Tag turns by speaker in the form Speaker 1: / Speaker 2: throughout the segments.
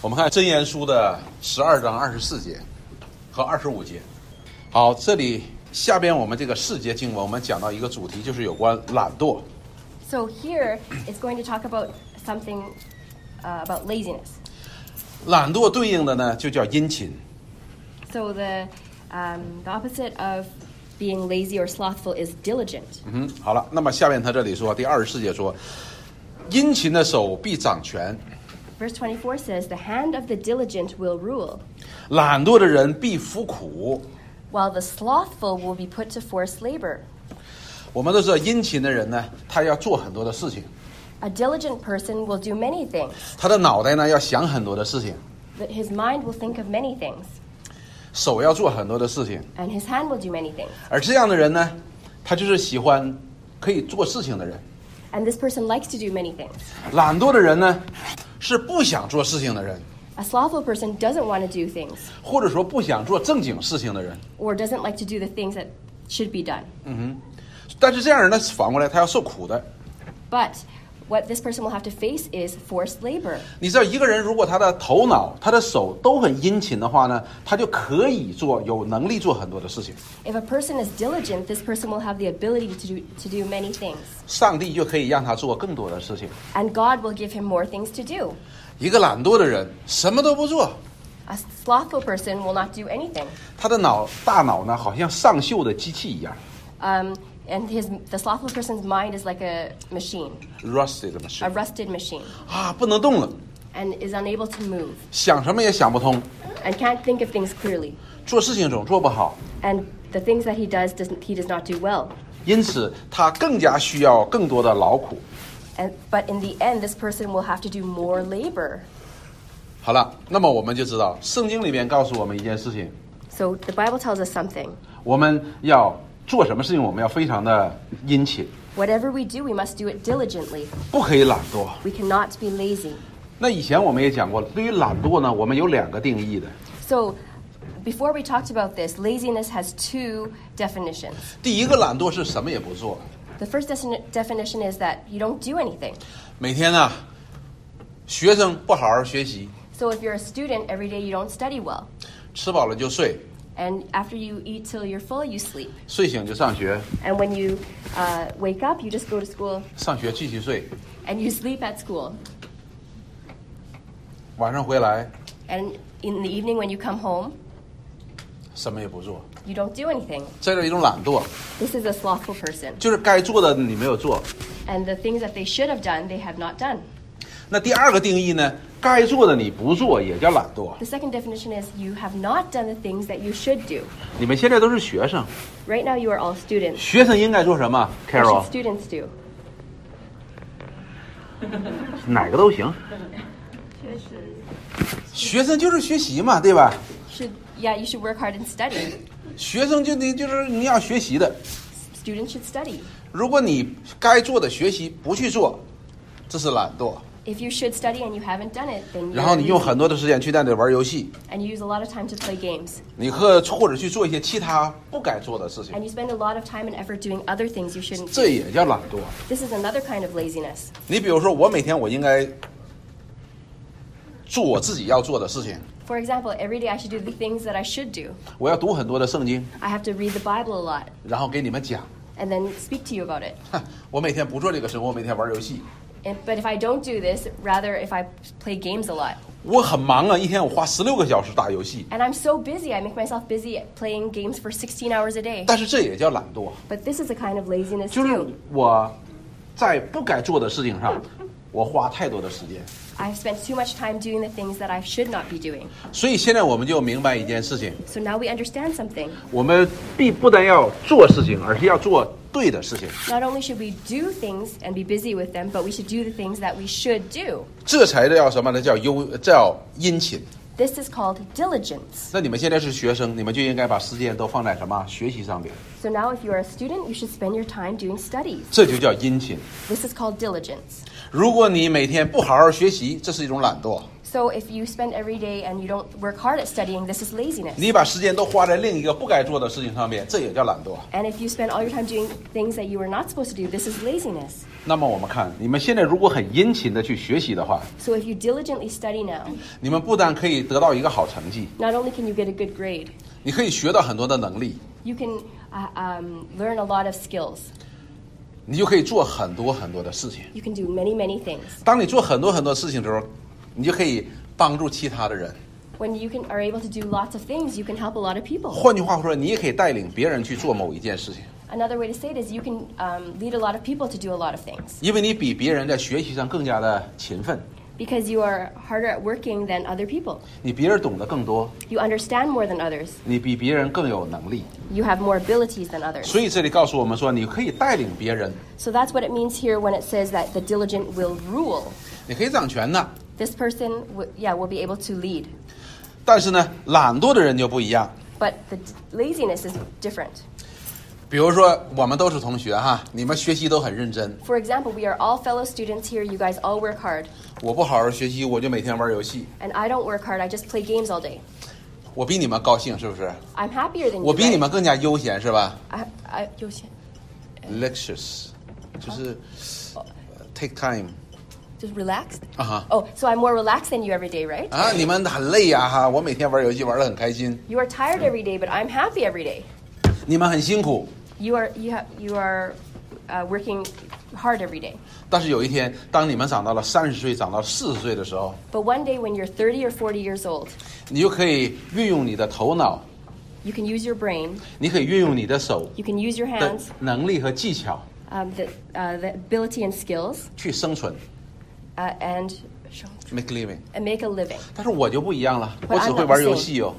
Speaker 1: 我们看《真言书》的十二章二十四节和二十五节。好，这里下边我们这个四节经文，我们讲到一个主题，就是有关懒惰。
Speaker 2: So here it's going to talk about something uh, about laziness.
Speaker 1: 懒惰对应的呢，就叫殷勤。
Speaker 2: So the um, the opposite of being lazy or slothful is diligent.
Speaker 1: 嗯，好了，那么下面他这里说，第二十四节说，殷勤的手必掌权，
Speaker 2: Verse 24 says, "The hand of the diligent will rule,
Speaker 1: 懒惰的人必服苦。
Speaker 2: while the slothful will be put to forced labor."
Speaker 1: 我们都知道，殷勤的人呢，他要做很多的事情，
Speaker 2: A diligent person will do many things.
Speaker 1: 他的脑袋呢要想很多的事情，
Speaker 2: That his mind will think of many things,
Speaker 1: 手要做很多的事情。
Speaker 2: and his hand will do many things.
Speaker 1: 而这样的人呢，他就是喜欢可以做事情的人。
Speaker 2: And this person likes to do many things.
Speaker 1: 懒惰的人呢，是不想做事情的人，
Speaker 2: A slothful person doesn't want to do things
Speaker 1: 或者说不想做正经事情的人。
Speaker 2: or doesn't like to do the things that should be done.
Speaker 1: 但是这样人呢，反过来他要受苦的。
Speaker 2: But what this person will have to face is forced labor.
Speaker 1: 你知道，一个人如果他的头脑、他的手都很殷勤的话呢，他就可以做有能力做很多的事情，
Speaker 2: If a person is diligent, this person will have the ability to do, to do many things,
Speaker 1: 上帝就可以让他做更多的事情。
Speaker 2: and God will give him more things to do.
Speaker 1: 一个懒惰的人什么都不做，
Speaker 2: A slothful person will not do anything,
Speaker 1: 他的脑大脑呢好像上锈的机器一样
Speaker 2: um, and his the slothful person's mind is like a machine,
Speaker 1: ，rusted
Speaker 2: a
Speaker 1: machine
Speaker 2: rusted machine,
Speaker 1: 啊，不能动了，
Speaker 2: and is unable to move
Speaker 1: 想什么也想不通，
Speaker 2: and can't think of things clearly,
Speaker 1: 做事情总做不好，
Speaker 2: and the things that he does doesn't he does not do well.
Speaker 1: 因此他更加需要更多的劳苦。
Speaker 2: And, but in the end, this person will have to do more labor.
Speaker 1: 好了，那么我们就知道，圣经里面告诉我们一件事情：
Speaker 2: So the Bible tells us something.
Speaker 1: 我们要做什么事情，我们要非常的殷勤，
Speaker 2: Whatever we do, we must do it diligently.
Speaker 1: 不可以懒惰。
Speaker 2: We cannot be lazy.
Speaker 1: 那以前我们也讲过了，对于懒惰呢，我们有两个定义的。
Speaker 2: So, before we talked about this, laziness has two definitions.
Speaker 1: 第一个懒惰是什么也不做，
Speaker 2: The first desin- definition is that you don't do anything.
Speaker 1: 每天呢，学生不好好学习，
Speaker 2: So, if you're a student, every day you don't study well.
Speaker 1: 吃饱了就睡，
Speaker 2: And after you eat till you're full, you sleep.
Speaker 1: 睡醒就上学，
Speaker 2: And when you uh, wake up, you just go to school
Speaker 1: 上学继续睡，
Speaker 2: and you sleep at school.
Speaker 1: 晚上回来
Speaker 2: And in the evening, when you come home,
Speaker 1: 什么也不做，
Speaker 2: you don't do anything.
Speaker 1: 这是一种懒惰，
Speaker 2: This is a slothful person.
Speaker 1: 就是该做的你没有做。
Speaker 2: And the things that they should have done, they have not done.
Speaker 1: 那第二个定义呢，该做的你不做也叫懒惰。
Speaker 2: The second definition is you have not done the things that you should do.
Speaker 1: 你们现在都是学生，
Speaker 2: Right now, you are all students.
Speaker 1: 学生应该做什么
Speaker 2: What
Speaker 1: ？Carol，
Speaker 2: should students do?
Speaker 1: 哪个都行。学生就是学习嘛，对吧？
Speaker 2: Should yeah, you should work hard and study.
Speaker 1: 学生就得就是你要学习的，
Speaker 2: Students should study.
Speaker 1: 如果你该做的学习不去做，这是懒惰。
Speaker 2: If you should study and you haven't done it, then
Speaker 1: 然后你用
Speaker 2: you're
Speaker 1: 很多的时间去在那里玩游戏，
Speaker 2: and you use a lot of time to play games,
Speaker 1: 你和或者去做一些其他不该做的事情，
Speaker 2: and you spend a lot of time and effort doing other things you shouldn't.
Speaker 1: 这
Speaker 2: Do.
Speaker 1: 也叫懒惰。
Speaker 2: This is another kind of laziness.
Speaker 1: 你比如说，我每天我应该做我自己要做的事情，
Speaker 2: For example, every day I should do the things that I should do.
Speaker 1: 我要读很多的圣经，
Speaker 2: I have to read the Bible a lot
Speaker 1: 然后给你们讲。
Speaker 2: and then speak to you about it.
Speaker 1: 哼我每天不做这个事，我每天玩游戏，
Speaker 2: And, but if I don't do this, rather if I play games a lot,
Speaker 1: 我很忙啊，一天我花十六个小时打游戏，
Speaker 2: and I'm so busy, I make myself busy playing games for 16 hours a day.
Speaker 1: 但是这也叫懒惰，
Speaker 2: But this is a kind of laziness
Speaker 1: 就是
Speaker 2: too.
Speaker 1: 我在不该做的事情上，我花太多的时间。
Speaker 2: I've spent too much time doing the things that I should not be doing.
Speaker 1: 所以现在我们就明白一件事情：
Speaker 2: So now we understand something.
Speaker 1: 我们必不但要做事情，而是要做对的事情，
Speaker 2: Not only should we do things and be busy with them, but we should do the things that we should do.
Speaker 1: 这才叫什么呢？叫优，叫殷勤。
Speaker 2: This is called diligence.
Speaker 1: 那你们现在是学生，你们就应该把时间都放在什么学习上面，
Speaker 2: So now if you are a student, you should spend your time doing studies.
Speaker 1: 这就叫殷勤。
Speaker 2: This is called diligence.
Speaker 1: 如果你每天不好好学习，这是一种懒惰。
Speaker 2: So if you spend every day and you don't work hard at studying, this is laziness.
Speaker 1: 你把时间都花在另一个不该做的事情上面，这也叫懒惰。
Speaker 2: And if you spend all your time doing things that you were not supposed to do, this is laziness.
Speaker 1: 那么我们看，你们现在如果很殷勤的去学习的话，
Speaker 2: So if you diligently study now,
Speaker 1: 你们不但可以得到一个好成绩，
Speaker 2: not only can you get a good grade,
Speaker 1: 你可以学到很多的能力，
Speaker 2: you can uh, um, learn a lot of skills.
Speaker 1: 你就可以做很多很多的事情。
Speaker 2: You can do many, many things.
Speaker 1: 当你做很多很多事情的时候，你就可以帮助其他的人。
Speaker 2: When you can, are able to do lots of things, you can help a lot of people.
Speaker 1: 换句话说，你也可以带领别人去做某一件事情，
Speaker 2: Another way to say it is you can um, lead a lot of people to do a lot of things
Speaker 1: 因为你比别人在学习上更加的勤奋，
Speaker 2: because you are harder at working than other people.
Speaker 1: 你比人懂得更多，
Speaker 2: You understand more than others.
Speaker 1: 你比别人更有能力。
Speaker 2: You have more abilities than others.
Speaker 1: 所以这里告诉我们说，你可以带领别人，
Speaker 2: So that's what it means here when it says that the diligent will rule.
Speaker 1: 你可以掌权呢。
Speaker 2: This person, w- yeah, will be able to lead.
Speaker 1: 但是呢，懒惰的人就不一样。
Speaker 2: But the d- laziness is different.
Speaker 1: 比如说，我们都是同学哈，你们学习都很认真，
Speaker 2: For example, we are all fellow students here. You guys all work hard.
Speaker 1: 我不好好学习，我就每天玩游戏，
Speaker 2: And I don't work hard. I just play games all day.
Speaker 1: 我比你们高兴是不是？
Speaker 2: I'm happier than
Speaker 1: 我
Speaker 2: you.
Speaker 1: 比你
Speaker 2: guys.
Speaker 1: 们更加悠闲是吧
Speaker 2: I, I, 悠闲-
Speaker 1: ？Lectures，就是呃 take time
Speaker 2: Oh, just relaxed.
Speaker 1: 啊哈
Speaker 2: Oh, so I'm more relaxed than you every day, right?
Speaker 1: 啊，你们很累呀、哈，我每天玩游戏玩得很开心，
Speaker 2: You are tired every day, but I'm happy every day.
Speaker 1: 你们很辛苦，
Speaker 2: You are you have you are uh, working hard every day.
Speaker 1: 但是有一天，当你们长到了三十岁，长到四十岁的时候，
Speaker 2: But one day when you're 30 or 40 years old,
Speaker 1: 你就可以运用你的头脑，
Speaker 2: you can use your brain,
Speaker 1: 你可以运用你的手
Speaker 2: you can use your
Speaker 1: 的
Speaker 2: hands,
Speaker 1: 能力和技巧
Speaker 2: um, the, uh, the ability and skills,
Speaker 1: 去生存
Speaker 2: uh, and
Speaker 1: make living。
Speaker 2: and make a living.
Speaker 1: 但是我就不一样了，
Speaker 2: But
Speaker 1: 我
Speaker 2: I'm
Speaker 1: 只会
Speaker 2: not
Speaker 1: 玩
Speaker 2: the
Speaker 1: 游
Speaker 2: same.
Speaker 1: 戏哦，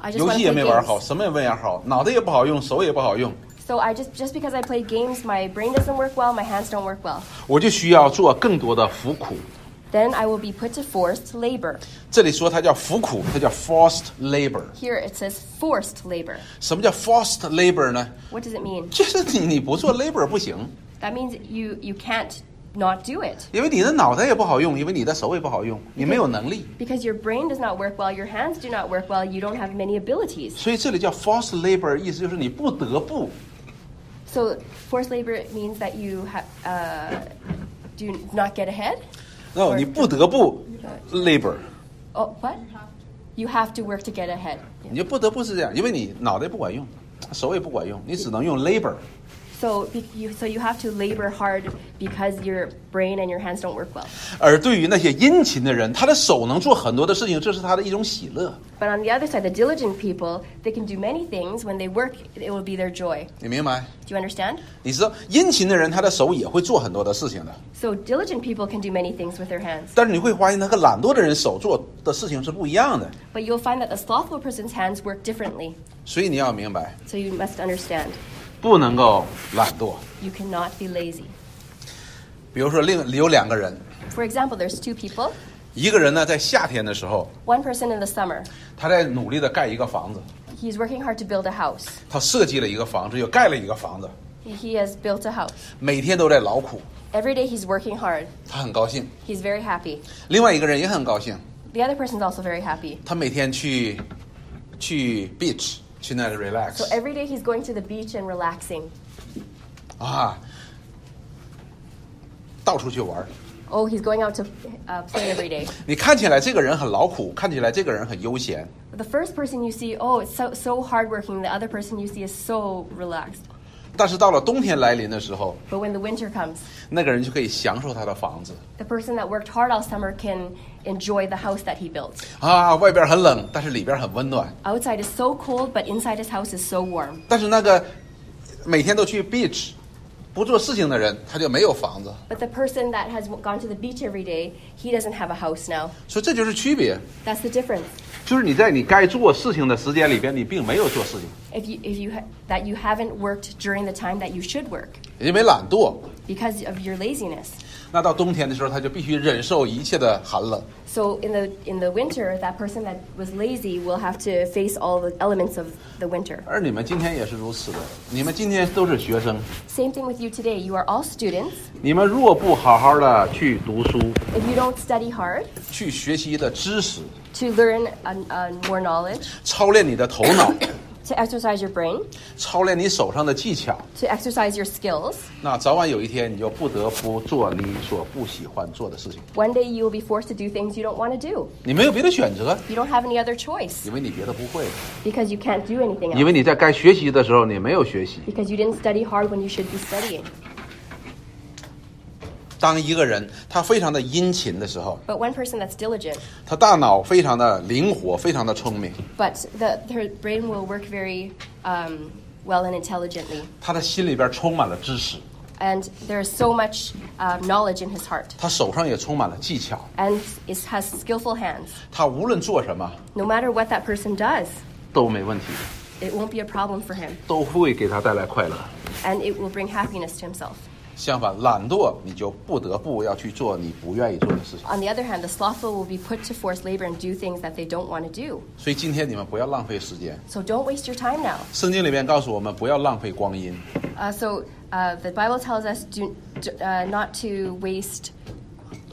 Speaker 2: I just
Speaker 1: 游
Speaker 2: want
Speaker 1: 戏
Speaker 2: to
Speaker 1: 也
Speaker 2: play
Speaker 1: 没玩好，
Speaker 2: games.
Speaker 1: 什么也没玩好，脑袋也不好用，手也不好用，
Speaker 2: So I just just because I play games, my brain doesn't work well, my hands don't work well.
Speaker 1: 我就需要做更多的服苦。
Speaker 2: Then I will be put to forced labor.
Speaker 1: 这里说它叫服苦，它叫 forced labor。
Speaker 2: Here it says forced labor.
Speaker 1: 什么叫 forced labor 呢？
Speaker 2: What does it mean?
Speaker 1: 就是你你不做 labor 不行，
Speaker 2: That means you you can't not do it
Speaker 1: 因为你的脑袋也不好用，因为你的手也不好用，你没有能力，
Speaker 2: because your brain does not work well, your hands do not work well, you don't have many abilities.
Speaker 1: 所以这里叫 forced labor，意思就是你不得不
Speaker 2: So forced labor means that you have uh, do not get ahead.
Speaker 1: no，你不得不 labor，
Speaker 2: Oh, what? You have to work to get ahead.
Speaker 1: 你就不得不是这样，因为你脑袋不管用，手也不管用，你只能用 labor。
Speaker 2: So be- you so you have to labor hard because your brain and your hands don't work well.
Speaker 1: 而对于那些殷勤的人，他的手能做很多的事情，这是他的一种喜乐，
Speaker 2: But on the other side, the diligent people, they can do many things. When they work, it will be their joy.
Speaker 1: 你明白？
Speaker 2: Do you understand?
Speaker 1: 你知道殷勤的人，他的手也会做很多的事情的，
Speaker 2: So diligent people can do many things with their hands.
Speaker 1: 但是你会发现，那个懒惰的人手做的事情是不一样的。
Speaker 2: But you'll find that the slothful person's hands work differently.
Speaker 1: 所以你要明白，
Speaker 2: So you must understand.
Speaker 1: 不能够懒惰。
Speaker 2: You cannot be lazy.
Speaker 1: 比如说另，有两个人，
Speaker 2: For example, there's two people.
Speaker 1: 一个人呢在夏天的时候，
Speaker 2: One person in the summer,
Speaker 1: 他在努力的盖一个房子，
Speaker 2: he's working hard to build a house.
Speaker 1: 他设计了一个房子，又盖了一个房子，
Speaker 2: He- He has built a house.
Speaker 1: 每天都在劳苦，
Speaker 2: Every day he's working hard.
Speaker 1: 他很高兴。
Speaker 2: He's very happy.
Speaker 1: 另外一个人也很高兴，
Speaker 2: The other person's also very happy.
Speaker 1: 他每天去去 beach 去那里
Speaker 2: So
Speaker 1: relax
Speaker 2: every day he's going to the beach and relaxing.
Speaker 1: 啊，到处去玩儿。
Speaker 2: Oh, he's going out to uh, play every day.
Speaker 1: 你看起来这个人很劳苦，看起来这个人很悠闲，
Speaker 2: The first person you see, oh, it's so, so hardworking. The other person you see is so relaxed.
Speaker 1: 但是到了冬天来临的时候，
Speaker 2: But when the winter comes,
Speaker 1: 那个人就可以享受他的房子
Speaker 2: the person that worked hard all summer can enjoy the house that he built.
Speaker 1: 啊，外边很冷，但是里边很温暖。
Speaker 2: Outside is so cold, but inside his house is so warm.
Speaker 1: 但是那个每天都去 beach 不做事情的人，他就没有房子，
Speaker 2: But the person that has gone to the beach every day, he doesn't have a house now.
Speaker 1: 所以这就是区别，
Speaker 2: That's the difference.
Speaker 1: 就是你在你该做事情的时间里边，你并没有做事情，
Speaker 2: If you, if you ha- that you haven't worked during the time that you should work
Speaker 1: 因为懒惰，
Speaker 2: because of your laziness.
Speaker 1: 那到冬天的时候，他就必须忍受一切的寒冷。
Speaker 2: So in the in the winter, that person that was lazy will have to face all the elements of the winter.
Speaker 1: 而你们今天也是如此的，你们今天都是学生，
Speaker 2: Same thing with you today. You are all students.
Speaker 1: 你们若不好好的去读书，
Speaker 2: If you don't study hard
Speaker 1: 去学习的知识，
Speaker 2: to learn uh, uh, more knowledge,
Speaker 1: 操练你的头 脑，
Speaker 2: to exercise your brain,
Speaker 1: 操练你手上的技巧，
Speaker 2: to exercise your skills,
Speaker 1: 那早晚有一天你就不得不做你所不喜欢做的事情。
Speaker 2: one day you will be forced to do things you don't want to do.
Speaker 1: 你没有别的选择，
Speaker 2: You don't have any other choice
Speaker 1: 因为你别的不会，
Speaker 2: because you can't do anything
Speaker 1: 因
Speaker 2: else.
Speaker 1: 为你在该学习的时候你没有学习。
Speaker 2: Because you didn't study hard when you should be studying.
Speaker 1: 当一个人他非常的殷勤的时候，
Speaker 2: But one person that's diligent,
Speaker 1: 他大脑非常的灵活，非常的聪明，
Speaker 2: but the, her brain will work very um, well and intelligently.
Speaker 1: 他的心里边充满了知识，
Speaker 2: And there is so much uh, knowledge in his heart.
Speaker 1: 他手上也充满了技巧。
Speaker 2: And is, has skillful hands.
Speaker 1: 他无论做什么
Speaker 2: No matter what that person does,
Speaker 1: 都没问题，
Speaker 2: it won't be a problem for him.
Speaker 1: 都会给他带来快乐。
Speaker 2: And it will bring happiness to himself.
Speaker 1: 相反，懒惰你就不得不要去做你不愿意做的事情。
Speaker 2: On the other hand, the slothful will be put to forced labor and do things that they don't want to do.
Speaker 1: 所以今天你们不要浪费时间。
Speaker 2: So don't waste your time now.
Speaker 1: 圣经里面告诉我们不要浪费光阴，
Speaker 2: Uh, so uh, the Bible tells us do, do, uh, not to waste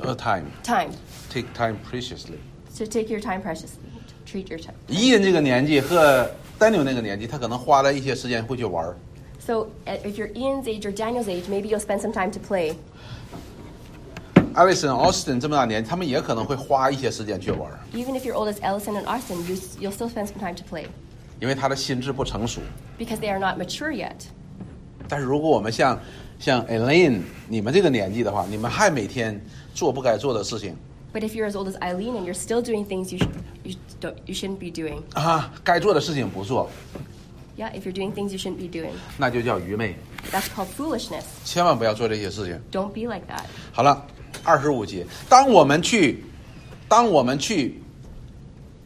Speaker 1: 呃，time
Speaker 2: time,
Speaker 1: take time preciously。
Speaker 2: to take your time preciously, to treat your time.
Speaker 1: 伊人这个年纪和丹尼尔那个年纪，他可能花了一些时间会去玩儿
Speaker 2: So uh, if you're Ian's age or Daniel's age, maybe you'll spend some time to play.
Speaker 1: 艾丽森、Austin 这么大年纪，他们也可能会花一些时间去玩儿，
Speaker 2: Even if you're old as Ellison and Austin, you, s- you'll still spend some time to play
Speaker 1: 因为他的心智不成熟。
Speaker 2: because they are not mature yet.
Speaker 1: 但是如果我们像像 Elaine 你们这个年纪的话，你们还每天做不该做的事情
Speaker 2: But if you're as old as Eileen and you're still doing things you, sh- you, don't, you shouldn't be doing,
Speaker 1: 啊，该做的事情不做，
Speaker 2: yeah, if you're doing things you shouldn't be doing,
Speaker 1: 那就叫愚昧，
Speaker 2: that's called foolishness.
Speaker 1: 千万不要做这些事情。
Speaker 2: Don't be like that.
Speaker 1: 好了，二十五节，当我们去，当我们去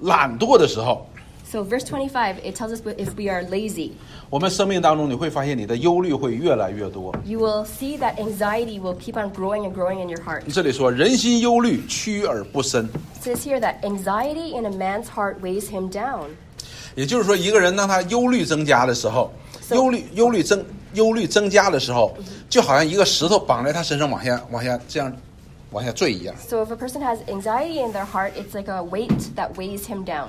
Speaker 1: 懒惰的时候，
Speaker 2: So verse 25, it tells us wh- if we are lazy,
Speaker 1: 我们生命当中你会发现你的忧虑会越来越多。
Speaker 2: you will see that anxiety will keep on growing and growing in your heart.
Speaker 1: 这里说人心忧虑，屈而不伸，
Speaker 2: It says here that anxiety in a man's heart weighs him down.
Speaker 1: 也就是说，一个人当他忧虑增加的时候，
Speaker 2: So-
Speaker 1: 忧虑忧虑增忧虑增加的时候，就好像一个石头绑在他身上往下往下这样往下坠一样，
Speaker 2: So if a person has anxiety in their heart, it's like a weight that weighs him down.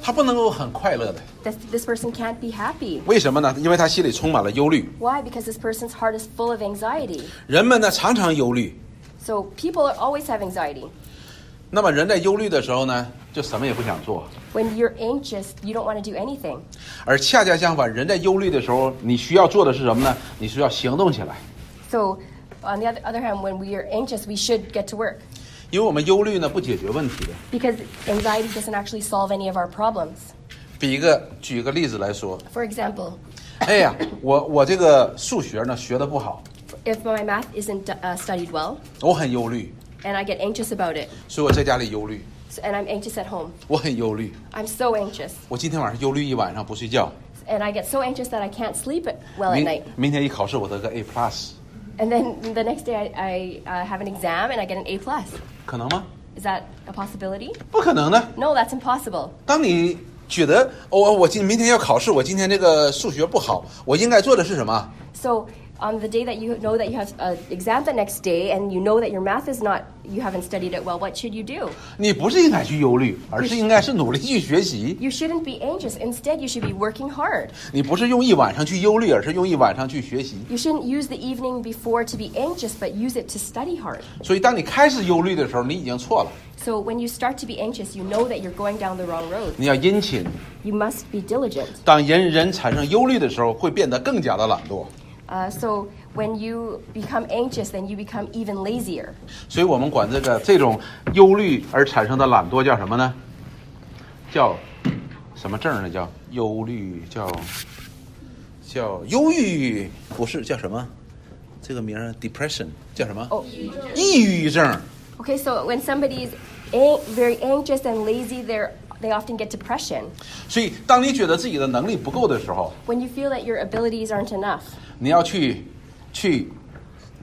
Speaker 1: 他不能够很快乐的。
Speaker 2: This, this person can't be happy.
Speaker 1: 为什么呢？因为他心里充满了忧虑。
Speaker 2: Why? Because this person's heart is full of anxiety.
Speaker 1: 人们呢常常忧虑，
Speaker 2: So people are, always have anxiety.
Speaker 1: 那么人在忧虑的时候呢，就什么也不想做。
Speaker 2: When you're anxious, you don't want to do anything.
Speaker 1: 而恰恰相反，人在忧虑的时候，你需要做的是什么呢？你需要行动起来，
Speaker 2: So on the other, other hand, when we are anxious, we should get to work
Speaker 1: 因为我们忧虑呢不解决问题的。
Speaker 2: because anxiety doesn't actually solve any of our problems.
Speaker 1: 比一个举一个例子来说，
Speaker 2: For example,
Speaker 1: 哎呀，我我这个数学呢学的不好，
Speaker 2: if my math isn't uh, studied well
Speaker 1: 我很忧虑，
Speaker 2: and I get anxious about it,
Speaker 1: 所以我在家里忧虑，
Speaker 2: so, and I'm anxious at home,
Speaker 1: 我很忧虑，
Speaker 2: I'm so anxious
Speaker 1: 我今天晚上忧虑一晚上不睡觉，
Speaker 2: and I get so anxious that I can't sleep at- well at
Speaker 1: 明
Speaker 2: night.
Speaker 1: 明天一考试我得个 A plus，
Speaker 2: And then the next day I, I uh, have an exam and I get an A plus.
Speaker 1: 可能吗？
Speaker 2: Is that a possibility?
Speaker 1: 不可能的。
Speaker 2: No, that's impossible.
Speaker 1: 当你觉得哦，我我今明天要考试，我今天这个数学不好，我应该做的是什么？
Speaker 2: So on the day that you know that you have an exam the next day and you know that your math is not, you haven't studied it well, what should you do?
Speaker 1: 你不是应该去忧虑，而是应该是努力去学习。
Speaker 2: You shouldn't be anxious. Instead, you should be working hard.
Speaker 1: 你不是用一晚上去忧虑，而是用一晚上去学习。
Speaker 2: You shouldn't use the evening before to be anxious, but use it to study hard.
Speaker 1: 所以，当你开始忧虑的时候，你已经错了。
Speaker 2: So when you start to be anxious, you know that you're going down the wrong road.
Speaker 1: 你要殷勤。
Speaker 2: You must be diligent.
Speaker 1: 当人人产生忧虑的时候，会变得更加的懒惰。
Speaker 2: Uh, so when you become anxious, then you become even lazier.
Speaker 1: 所以我们管这个这种忧虑而产生的懒惰叫什么呢？叫什么症呢？叫忧虑，叫叫忧郁，不是叫什么？这个名儿啊 depression 叫什么？
Speaker 2: 哦
Speaker 1: 抑郁症。
Speaker 2: Oh, Okay, so when somebody is an- very anxious and lazy, they're, they often get depression.
Speaker 1: 所以，当你觉得自己的能力不够的时候，
Speaker 2: When you feel that your abilities aren't enough,
Speaker 1: 你要去去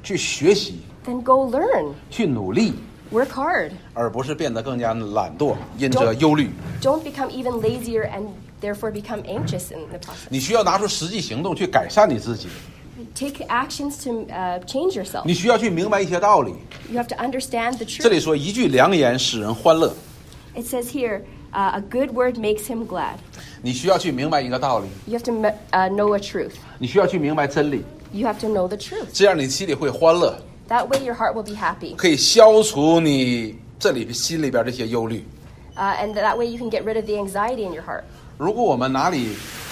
Speaker 1: 去学习，
Speaker 2: then go learn.
Speaker 1: 去努力，
Speaker 2: Work hard.
Speaker 1: 而不是变得更加懒惰，因着忧虑。
Speaker 2: Don't become even lazier and therefore become anxious in the process.
Speaker 1: 你需要拿出实际行动去改善你自己，
Speaker 2: Take actions to uh, change yourself.
Speaker 1: 你需要去明白一些道理。
Speaker 2: You have to understand the
Speaker 1: 这里
Speaker 2: truth.
Speaker 1: 说一句良言使人欢乐，
Speaker 2: It says here, uh, a good word makes him glad.
Speaker 1: 你需要去明白一个道理，
Speaker 2: You have to me- uh, know a truth.
Speaker 1: 你需要去明白真理，
Speaker 2: You have to know the truth.
Speaker 1: 这样你心里会欢乐，
Speaker 2: That way, your heart will be happy,
Speaker 1: 可以消除你这里心里边这些忧虑。
Speaker 2: uh, and that way you can get rid of the anxiety in your heart.
Speaker 1: 如果我们哪里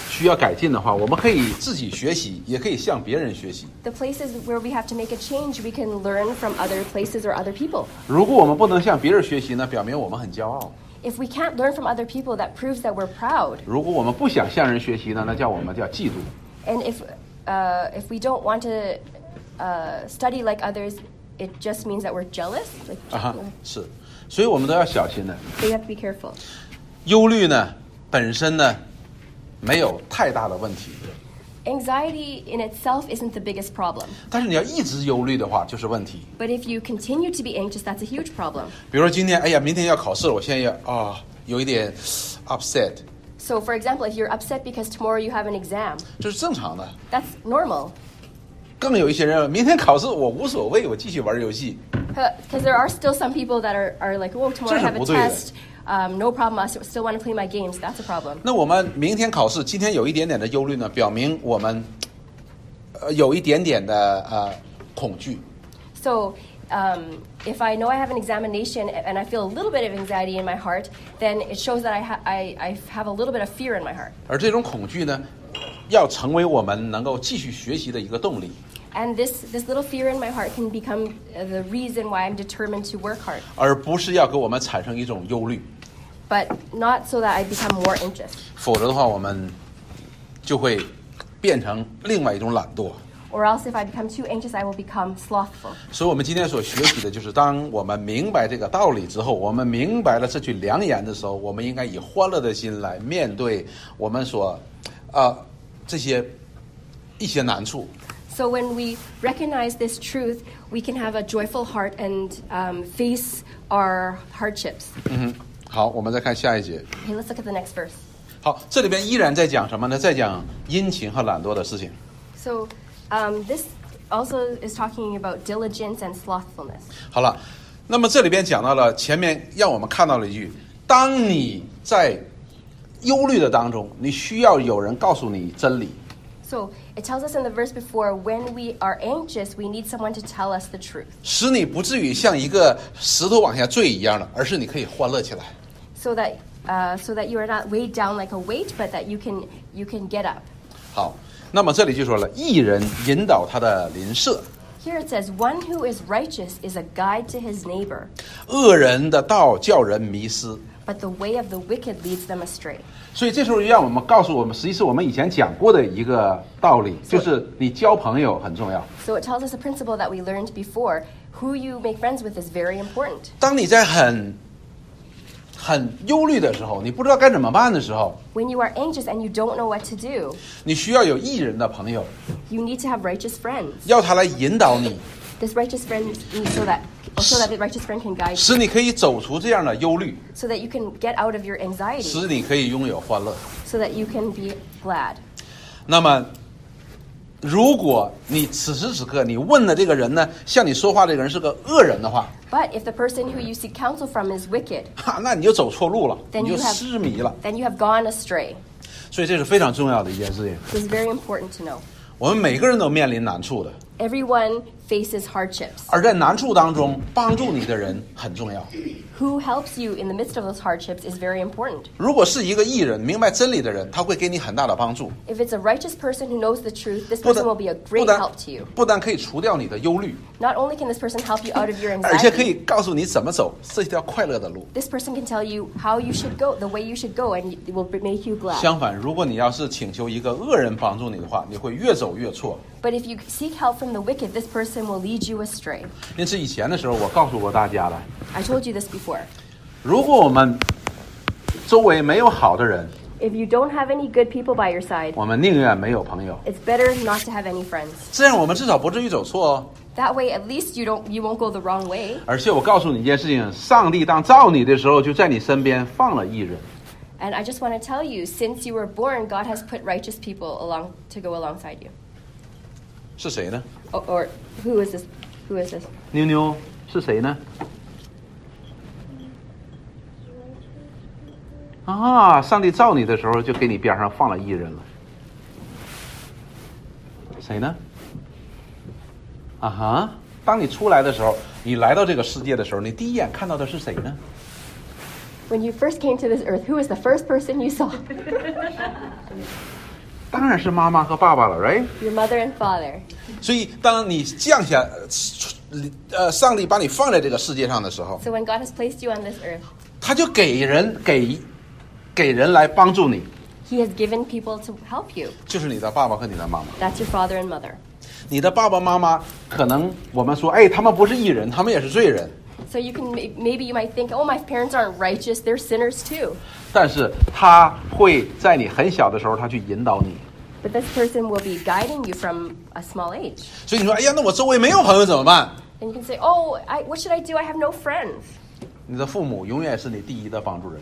Speaker 1: 需要改进的话，我们可以自己学习，也可以向别人学习。
Speaker 2: The places where we have to make a change, we can learn from other places or other people.
Speaker 1: 如果我们不能向别人学习呢，表明我们很骄傲；
Speaker 2: If we can't learn from other people, that proves that we're proud.
Speaker 1: 如果我们不想向人学习呢，那叫我们叫嫉妒。
Speaker 2: And if uh, if we don't want to uh, study like others, it just means that we're jealous. Like,
Speaker 1: 啊哈，是，所以我们都要小心的。
Speaker 2: so you have to be careful.
Speaker 1: 忧虑呢，本身呢，没有太大的问题，
Speaker 2: Anxiety in itself isn't the biggest problem,
Speaker 1: 但是你要一直忧虑的话，就是问题。
Speaker 2: but if you continue to be anxious, that's a huge problem.
Speaker 1: 比如说今天，哎呀，明天要考试了，我现在要啊、有一点 upset，
Speaker 2: So, for example, if you're upset because tomorrow you have an exam,
Speaker 1: 这是正常的。
Speaker 2: that's normal.
Speaker 1: 更有一些人，明天考试我无所谓，我继续玩游戏。
Speaker 2: Because there are still some people that are, are like, oh, tomorrow I have a
Speaker 1: 这是不对的。
Speaker 2: test. Um, no problem. I still want to play my games. That's a problem.
Speaker 1: 那我们明天考试，今天有一点点的忧虑呢，表明我们呃有一点点的呃恐惧。
Speaker 2: So, um, if I know I have an examination and I feel a little bit of anxiety in my heart, then it shows that I, ha- I, I have a little bit of fear in my heart.
Speaker 1: 而这种恐惧呢，要成为我们能够继续学习的一个动力，
Speaker 2: And this, this little fear in my heart can become uh, the reason why I'm determined to work hard,
Speaker 1: 而不是要给我们产生一种忧虑。
Speaker 2: but not so that I become more anxious.
Speaker 1: 否则的话，我们就会变成另外一种懒惰。
Speaker 2: Or else, if I become too anxious, I will become slothful.
Speaker 1: 所以，我们今天所学习的就是，当我们明白这个道理之后，我们明白了这句良言的时候，我们应该以欢乐的心来面对我们所，呃，这些一些难处。
Speaker 2: So, when we recognize this truth, we can have a joyful heart and um, face our hardships.
Speaker 1: 好，我们再看下一节。
Speaker 2: Okay, let's look at the next verse.
Speaker 1: 好，这里边依然在讲什么呢？在讲殷勤和懒惰的事情。
Speaker 2: So um, this also is talking about diligence and slothfulness.
Speaker 1: 好了，那么这里边讲到了前面让我们看到了一句：当你在忧虑的当中，你需要有人告诉你真理。
Speaker 2: So it tells us in the verse before, when we are anxious, we need someone to tell us the truth,
Speaker 1: 使你不至于像一个石头往下坠一样的，而是你可以欢乐起来。
Speaker 2: so that uh, so that you are not weighed down like a weight, but that you can you can get up.
Speaker 1: 好，那么这里就说了，一人引导他的邻舍，
Speaker 2: Here it says, one who is righteous is a guide to his neighbor,
Speaker 1: 恶人的道叫人迷失。
Speaker 2: but the way of the wicked leads them astray.
Speaker 1: 所以这时候让我们告诉我们，实际是我们以前讲过的一个道理，就是你交朋友很重要。
Speaker 2: So it tells us a principle that we learned before. Who you make friends with is very important.
Speaker 1: 当你在很很忧虑的时候，你不知道该怎么办的时候，
Speaker 2: When you are anxious and you don't know what to do,
Speaker 1: 你需要有艺人的朋友，
Speaker 2: you need to have righteous friends.
Speaker 1: 要他来引导你，
Speaker 2: this righteous friend needs so that so that the righteous friend can guide you
Speaker 1: 使你可以走出这样的忧虑，
Speaker 2: so that you can get out of your anxiety
Speaker 1: 使你可以拥有欢乐。
Speaker 2: so that you can be glad
Speaker 1: 那么，如果你此时此刻你问的这个人呢，向你说话这个人是个恶人的话，
Speaker 2: but if the person who you seek counsel from is wicked
Speaker 1: 哈，那你就走错路了，
Speaker 2: then
Speaker 1: 你
Speaker 2: you
Speaker 1: 就
Speaker 2: have
Speaker 1: 失迷了。
Speaker 2: then you have gone astray
Speaker 1: 所以这是非常重要的一件事情。
Speaker 2: This is very important to know
Speaker 1: 我们每个人都面临难处的，
Speaker 2: everyone faces hardships
Speaker 1: 而在难处当中帮助你的人很重要。
Speaker 2: who helps you in the midst of those hardships is very important
Speaker 1: 如果是一个艺人，明白真理的人，他会给你很大的帮助。
Speaker 2: if it's a righteous person who knows the truth this
Speaker 1: 不但
Speaker 2: person will be a
Speaker 1: 不
Speaker 2: great
Speaker 1: 但
Speaker 2: help to you
Speaker 1: 不但可以除掉你的忧虑，
Speaker 2: not only can this person help you out of your
Speaker 1: 而且可以
Speaker 2: anxiety
Speaker 1: 告诉你怎么走这条快乐的路。
Speaker 2: this person can tell you how you should go the way you should go and it will make you glad
Speaker 1: 相反，如果你要是请求一个恶人帮助你的话，你会越走越错。
Speaker 2: But if you seek help from the wicked, this person will lead you astray.
Speaker 1: 因此，以前的时候我告诉过大家了，
Speaker 2: I told you this before.
Speaker 1: 如果我们周围没有好的人，
Speaker 2: If you don't have any good people by your side,
Speaker 1: 我们宁愿没有朋友，
Speaker 2: it's better not to have any friends.
Speaker 1: 这样我们至少不至于走错哦。
Speaker 2: That way, at least you don't you won't go the wrong way.
Speaker 1: 而且我告诉你一件事情：上帝当造你的时候，就在你身边放了一人。
Speaker 2: And I just want to tell you, since you were born, God has put righteous people along to go alongside you.
Speaker 1: 是谁呢？
Speaker 2: Or, Oh, or who is this? Who is this?
Speaker 1: 妞妞是谁呢？啊，上帝造你的时候就给你边上放了一人了。谁呢？啊哈！当你出来的时候，你来到这个世界的时候，你第一眼看到的是谁呢？
Speaker 2: When you first came to this earth, who was the first person you saw?
Speaker 1: 当然是妈妈和爸爸了，right？
Speaker 2: Your mother and father.
Speaker 1: 所以，当你降下，呃，上帝把你放在这个世界上的时候，
Speaker 2: So when God has placed you on this earth,
Speaker 1: 他就给人给给人来帮助你，
Speaker 2: He has given people to help you.
Speaker 1: 就是你的爸爸和你的妈妈。
Speaker 2: That's your father and mother.
Speaker 1: 你的爸爸妈妈可能我们说，哎，他们不是艺人，他们也是罪人，
Speaker 2: So you can may- maybe you might think, oh, my parents aren't righteous; they're sinners too.
Speaker 1: 但是他会在你很小的时候，他去引导你。
Speaker 2: But this person will be guiding you from a small age.
Speaker 1: 所以你说，哎呀，那我周围没有朋友怎么办？
Speaker 2: And you can say, oh, I, what should I do? I have no friends.
Speaker 1: 你的父母永远是你第一的帮助人。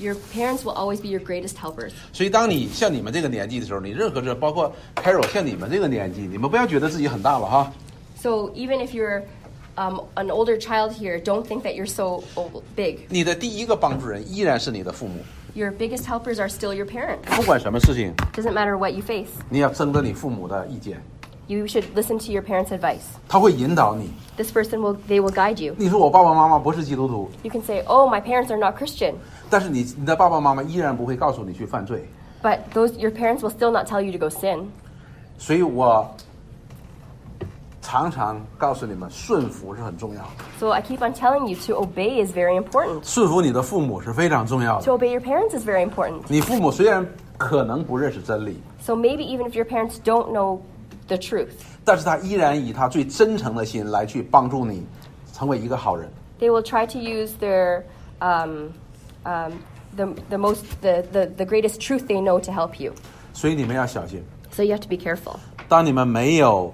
Speaker 2: Your parents will always be your greatest helpers.
Speaker 1: 所以，当你像你们这个年纪的时候，你任何事，包括 Carol 像你们这个年纪，你们不要觉得自己很大了哈。
Speaker 2: So even if you're um, an older child here, don't think that you're so old, big.
Speaker 1: 你的第一个帮助人依然是你的父母，
Speaker 2: Your biggest helpers are still your parents.
Speaker 1: 不管什么事情，
Speaker 2: Doesn't matter what you face.
Speaker 1: 你要征得你父母的意见，
Speaker 2: You should listen to your parents' advice.
Speaker 1: 他会引导你。
Speaker 2: This person will they will guide you.
Speaker 1: 你说我爸爸妈妈不是基督徒，
Speaker 2: You can say, "Oh, my parents are not Christian."
Speaker 1: 但是你你的爸爸妈妈依然不会告诉你去犯罪。
Speaker 2: But those your parents will still not tell you to go sin.
Speaker 1: 所以我常常告诉你们，顺服是很重要的，
Speaker 2: So I keep on telling you to obey is very important.
Speaker 1: 顺服你的父母是非常重要
Speaker 2: To
Speaker 1: 的。
Speaker 2: obey your parents is very important.
Speaker 1: 你父母虽然可能不认识真理，
Speaker 2: So maybe even if your parents don't know the truth,
Speaker 1: 但是他依然以他最真诚的心来去帮助你成为一个好人。
Speaker 2: they will try to use their um, um, the, the most the, the, the greatest truth they know to help you.
Speaker 1: 所以你们要小心，
Speaker 2: So you have to be careful.
Speaker 1: 当你们没有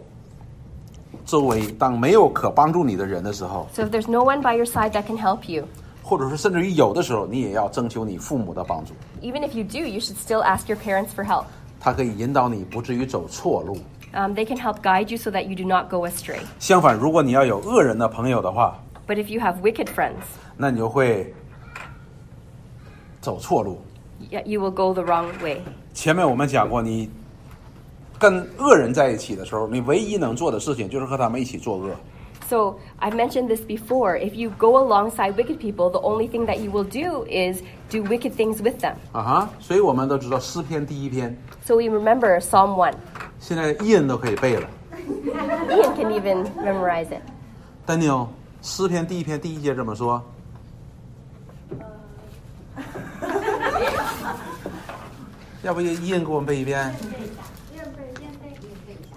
Speaker 1: 周围，当没有可帮助你的人的时候，
Speaker 2: So if there's no one by your side that can help you,
Speaker 1: 或者说甚至于有的时候，你也要征求你父母的帮助，
Speaker 2: even if you do, you should still ask your parents for help.
Speaker 1: 他可以引导你不至于走错路。
Speaker 2: Um, they can help guide you so that you do not go astray.
Speaker 1: 相反，如果你要有恶人的朋友的话，
Speaker 2: But if you have wicked friends,
Speaker 1: 那你就会走错路。
Speaker 2: y- you will go the wrong way.
Speaker 1: 前面我们讲过，你跟恶人在一起的时候，你唯一能做的事情就是和他们一起作恶。
Speaker 2: So I've mentioned this before. If you go alongside wicked people, the only thing that you will do is do wicked things with them.
Speaker 1: 啊哈！所以我们都知道诗篇第一篇，
Speaker 2: So we remember Psalm 1.
Speaker 1: 现在一人都可以背了。
Speaker 2: Ian can even memorize it.
Speaker 1: 丹尼尔，诗篇第一篇第一节怎么说？呃 要不一人给我们背一遍？
Speaker 3: 愿被愿被也被打，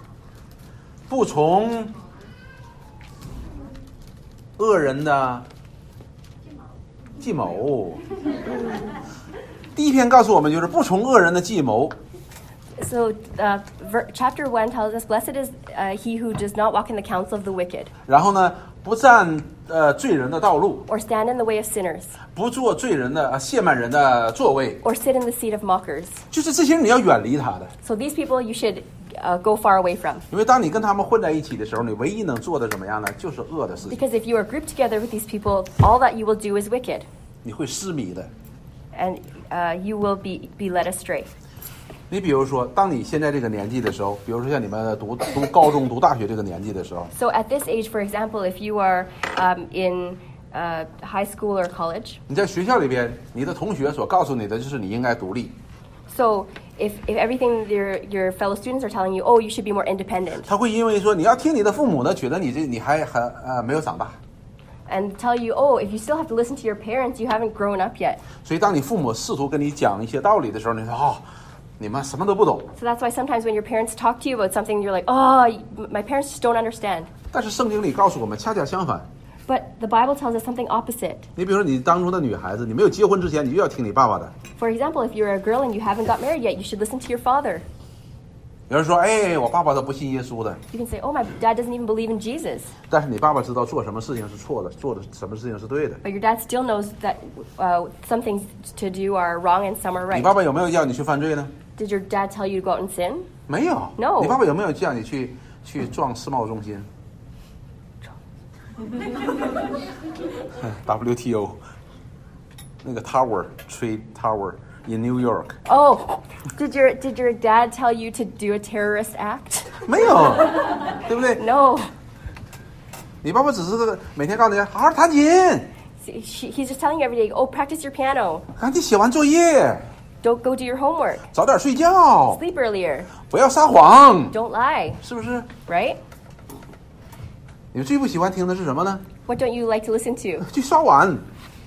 Speaker 1: 不从恶人的计谋。第一篇告诉我们，就是不从恶人的计谋。
Speaker 2: So uh, ver- chapter 1 tells us, Blessed is uh, he who does not walk in the counsel of the wicked,
Speaker 1: 然后呢，不占呃罪人的道路，
Speaker 2: or stand in the way of sinners,
Speaker 1: 不做罪人的、呃、亵慢人的座位，
Speaker 2: or sit in the seat of mockers.
Speaker 1: 就是这些人你要远离他的，
Speaker 2: So these people you should uh, go far away from.
Speaker 1: 因为当你跟他们混在一起的时候，你唯一能做的怎么样呢？就是恶的事情，
Speaker 2: Because if you are grouped together with these people, all that you will do is wicked,
Speaker 1: 你会失迷的。
Speaker 2: and uh, you will be, be led astray.
Speaker 1: 你比如说，当你现在这个年纪的时候，比如说像你们读读高中、读大学这个年纪的时候，
Speaker 2: So at this age, for example, if you are um, in uh, high school or college,
Speaker 1: 你在学校里边，你的同学所告诉你的就是你应该独立，
Speaker 2: so if, if everything your, your fellow students are telling you, oh, you should be more independent,
Speaker 1: 他会因为说你要听你的父母呢，觉得你这你还还呃没有长大，
Speaker 2: and tell you, oh, if you still have to listen to your parents, you haven't grown up yet.
Speaker 1: 所以当你父母试图跟你讲一些道理的时候，你说哦，你们什么都不懂。
Speaker 2: So that's why sometimes when your parents talk to you about something, you're like, oh, y- my parents just don't understand.
Speaker 1: 但是圣经里告诉我们，恰恰相反。
Speaker 2: But the Bible tells us something opposite.
Speaker 1: 你比如说，你当初的女孩子，你没有结婚之前，你就要听你爸爸的，
Speaker 2: For example, if you're a girl and you haven't got married yet, you should listen to your father.
Speaker 1: 因有人说，哎，我爸爸他不信耶稣的，
Speaker 2: You can say, oh, my dad doesn't even believe in Jesus.
Speaker 1: 但是你爸爸知道做什么事情是错的，做的什么事情是对的。
Speaker 2: But your dad still knows that uh, some things to do are wrong and some are
Speaker 1: 你
Speaker 2: right.
Speaker 1: 爸爸有没有叫你去犯罪呢？
Speaker 2: Did your dad tell you to go out and sin?
Speaker 1: 没有。
Speaker 2: No
Speaker 1: 你爸爸有没有叫你去去撞世贸中心？WTO 那个 Tower Trade Tower in New York
Speaker 2: Oh, did your did your dad tell you to do a terrorist act?
Speaker 1: 没有，对不对？
Speaker 2: No.
Speaker 1: 你爸爸只是这个每天告诉你好好弹琴，
Speaker 2: See, she, he's just telling you every day, oh, practice your piano.
Speaker 1: 赶紧写完作业，
Speaker 2: Don't go do your homework.
Speaker 1: 早点睡觉，
Speaker 2: Sleep earlier.
Speaker 1: 不要撒谎，
Speaker 2: Don't lie.
Speaker 1: 是不是？
Speaker 2: Right?
Speaker 1: 你们最不喜欢听的是什么呢？
Speaker 2: What don't you like to listen to?
Speaker 1: 去刷碗，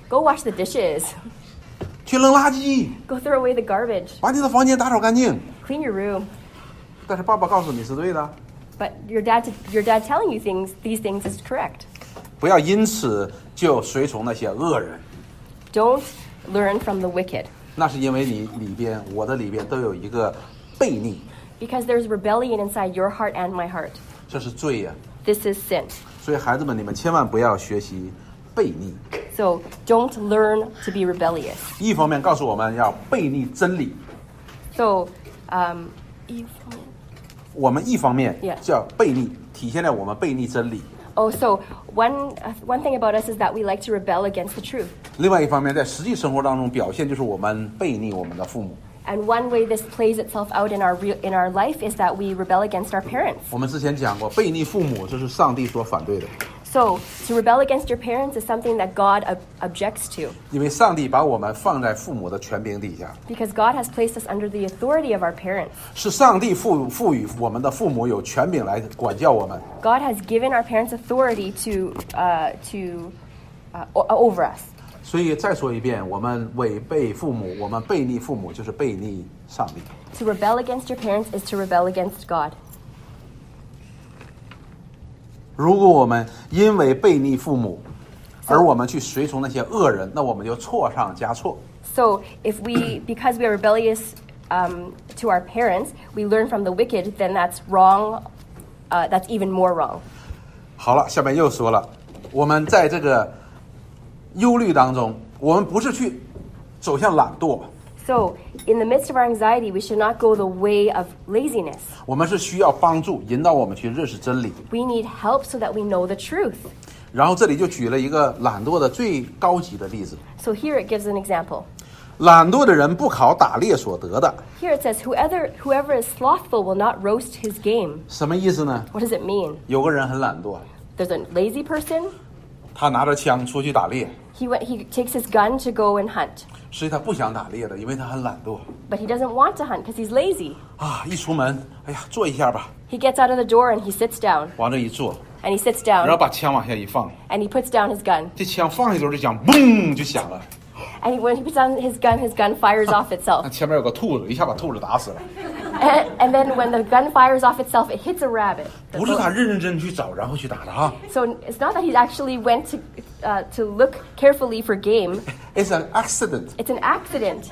Speaker 2: Go wash the dishes.
Speaker 1: 去扔垃圾，
Speaker 2: Go throw away the garbage.
Speaker 1: 把你的房间打扫干净。
Speaker 2: Clean your room.
Speaker 1: 但是爸爸告诉你是对的，
Speaker 2: But your dad, your dad telling you things, these things is correct.
Speaker 1: 不要因此就随从那些恶人，
Speaker 2: Don't learn from the wicked,
Speaker 1: 那是因为你里边，我的里边都有一个悖逆，
Speaker 2: because there's rebellion inside your heart and my heart.
Speaker 1: 这是罪呀、
Speaker 2: This is sin.
Speaker 1: 所以孩子们，你们千万不要学习悖逆。
Speaker 2: So don't learn to be rebellious.
Speaker 1: 一方面告诉我们要悖逆真理，
Speaker 2: So, um,
Speaker 1: 我们一方面
Speaker 2: Yeah.
Speaker 1: 叫悖逆，体现在我们悖逆真理；
Speaker 2: oh, so one uh, one thing about us is that we like to rebel against the truth.
Speaker 1: 另外一方面，在实际生活当中表现就是我们悖逆我们的父母。
Speaker 2: And one way this plays itself out in our real in our life is that we rebel against our parents.
Speaker 1: 我们之前讲过，悖逆父母这是上帝所反对的，
Speaker 2: So to rebel against your parents is something that God ob- objects to,
Speaker 1: 因为上帝把我们放在父母的权柄底下，
Speaker 2: because God has placed us under the authority of our parents.
Speaker 1: 是上帝赋赋予我们的父母有权柄来管教我们。
Speaker 2: God has given our parents authority to uh, to uh, o- over us.
Speaker 1: 所以再说一遍，我们违背父母，我们悖逆父母，就是悖逆上帝。
Speaker 2: To rebel against your parents is to rebel against God.
Speaker 1: 如果我们因为悖逆父母，而我们去随从那些恶人，那我们就错上加错。
Speaker 2: So if we, because we are rebellious um, to our parents, we learn from the wicked, then that's wrong. Uh, that's even more wrong.
Speaker 1: 好了，下面又说了，我们在这个忧虑当中，我们不是去走向懒惰，
Speaker 2: So in the midst of our anxiety, we should not go the way of laziness.
Speaker 1: 我们是需要帮助引导我们去认识真理。
Speaker 2: We need help so that we know the truth.
Speaker 1: 然后这里就举了一个懒惰的最高级的例子：
Speaker 2: So here it gives an example.
Speaker 1: 懒惰的人不考打猎所得的，
Speaker 2: Here it says, whoever, whoever is slothful will not roast his game.
Speaker 1: 什么意思呢？
Speaker 2: What does it mean?
Speaker 1: 有个人很懒惰，
Speaker 2: There's a lazy person.
Speaker 1: 他拿着枪出去打猎，
Speaker 2: He went, he takes his gun to go and hunt,
Speaker 1: 实际他不想打猎的，因为他很懒惰
Speaker 2: but he doesn't want to hunt because he's lazy.
Speaker 1: 啊。一出门，哎呀，坐一下吧，
Speaker 2: He gets out of the door and he sits down
Speaker 1: 往这一坐，
Speaker 2: and he sits
Speaker 1: 然后
Speaker 2: down
Speaker 1: 把枪往下一放，
Speaker 2: and he puts down his gun.
Speaker 1: 这枪放下之后就响，嘣就响了。
Speaker 2: And he, when he puts down his gun, his gun fires off
Speaker 1: 那
Speaker 2: itself.
Speaker 1: 前面有个兔子，一下把兔子打死了。
Speaker 2: And, and then when the gun fires off itself, it hits a rabbit.
Speaker 1: 不是他认认真真去找，然后去打的啊哈。
Speaker 2: So it's not that he actually went to, uh, to look carefully for game.
Speaker 1: It's an accident。
Speaker 2: It's an accident.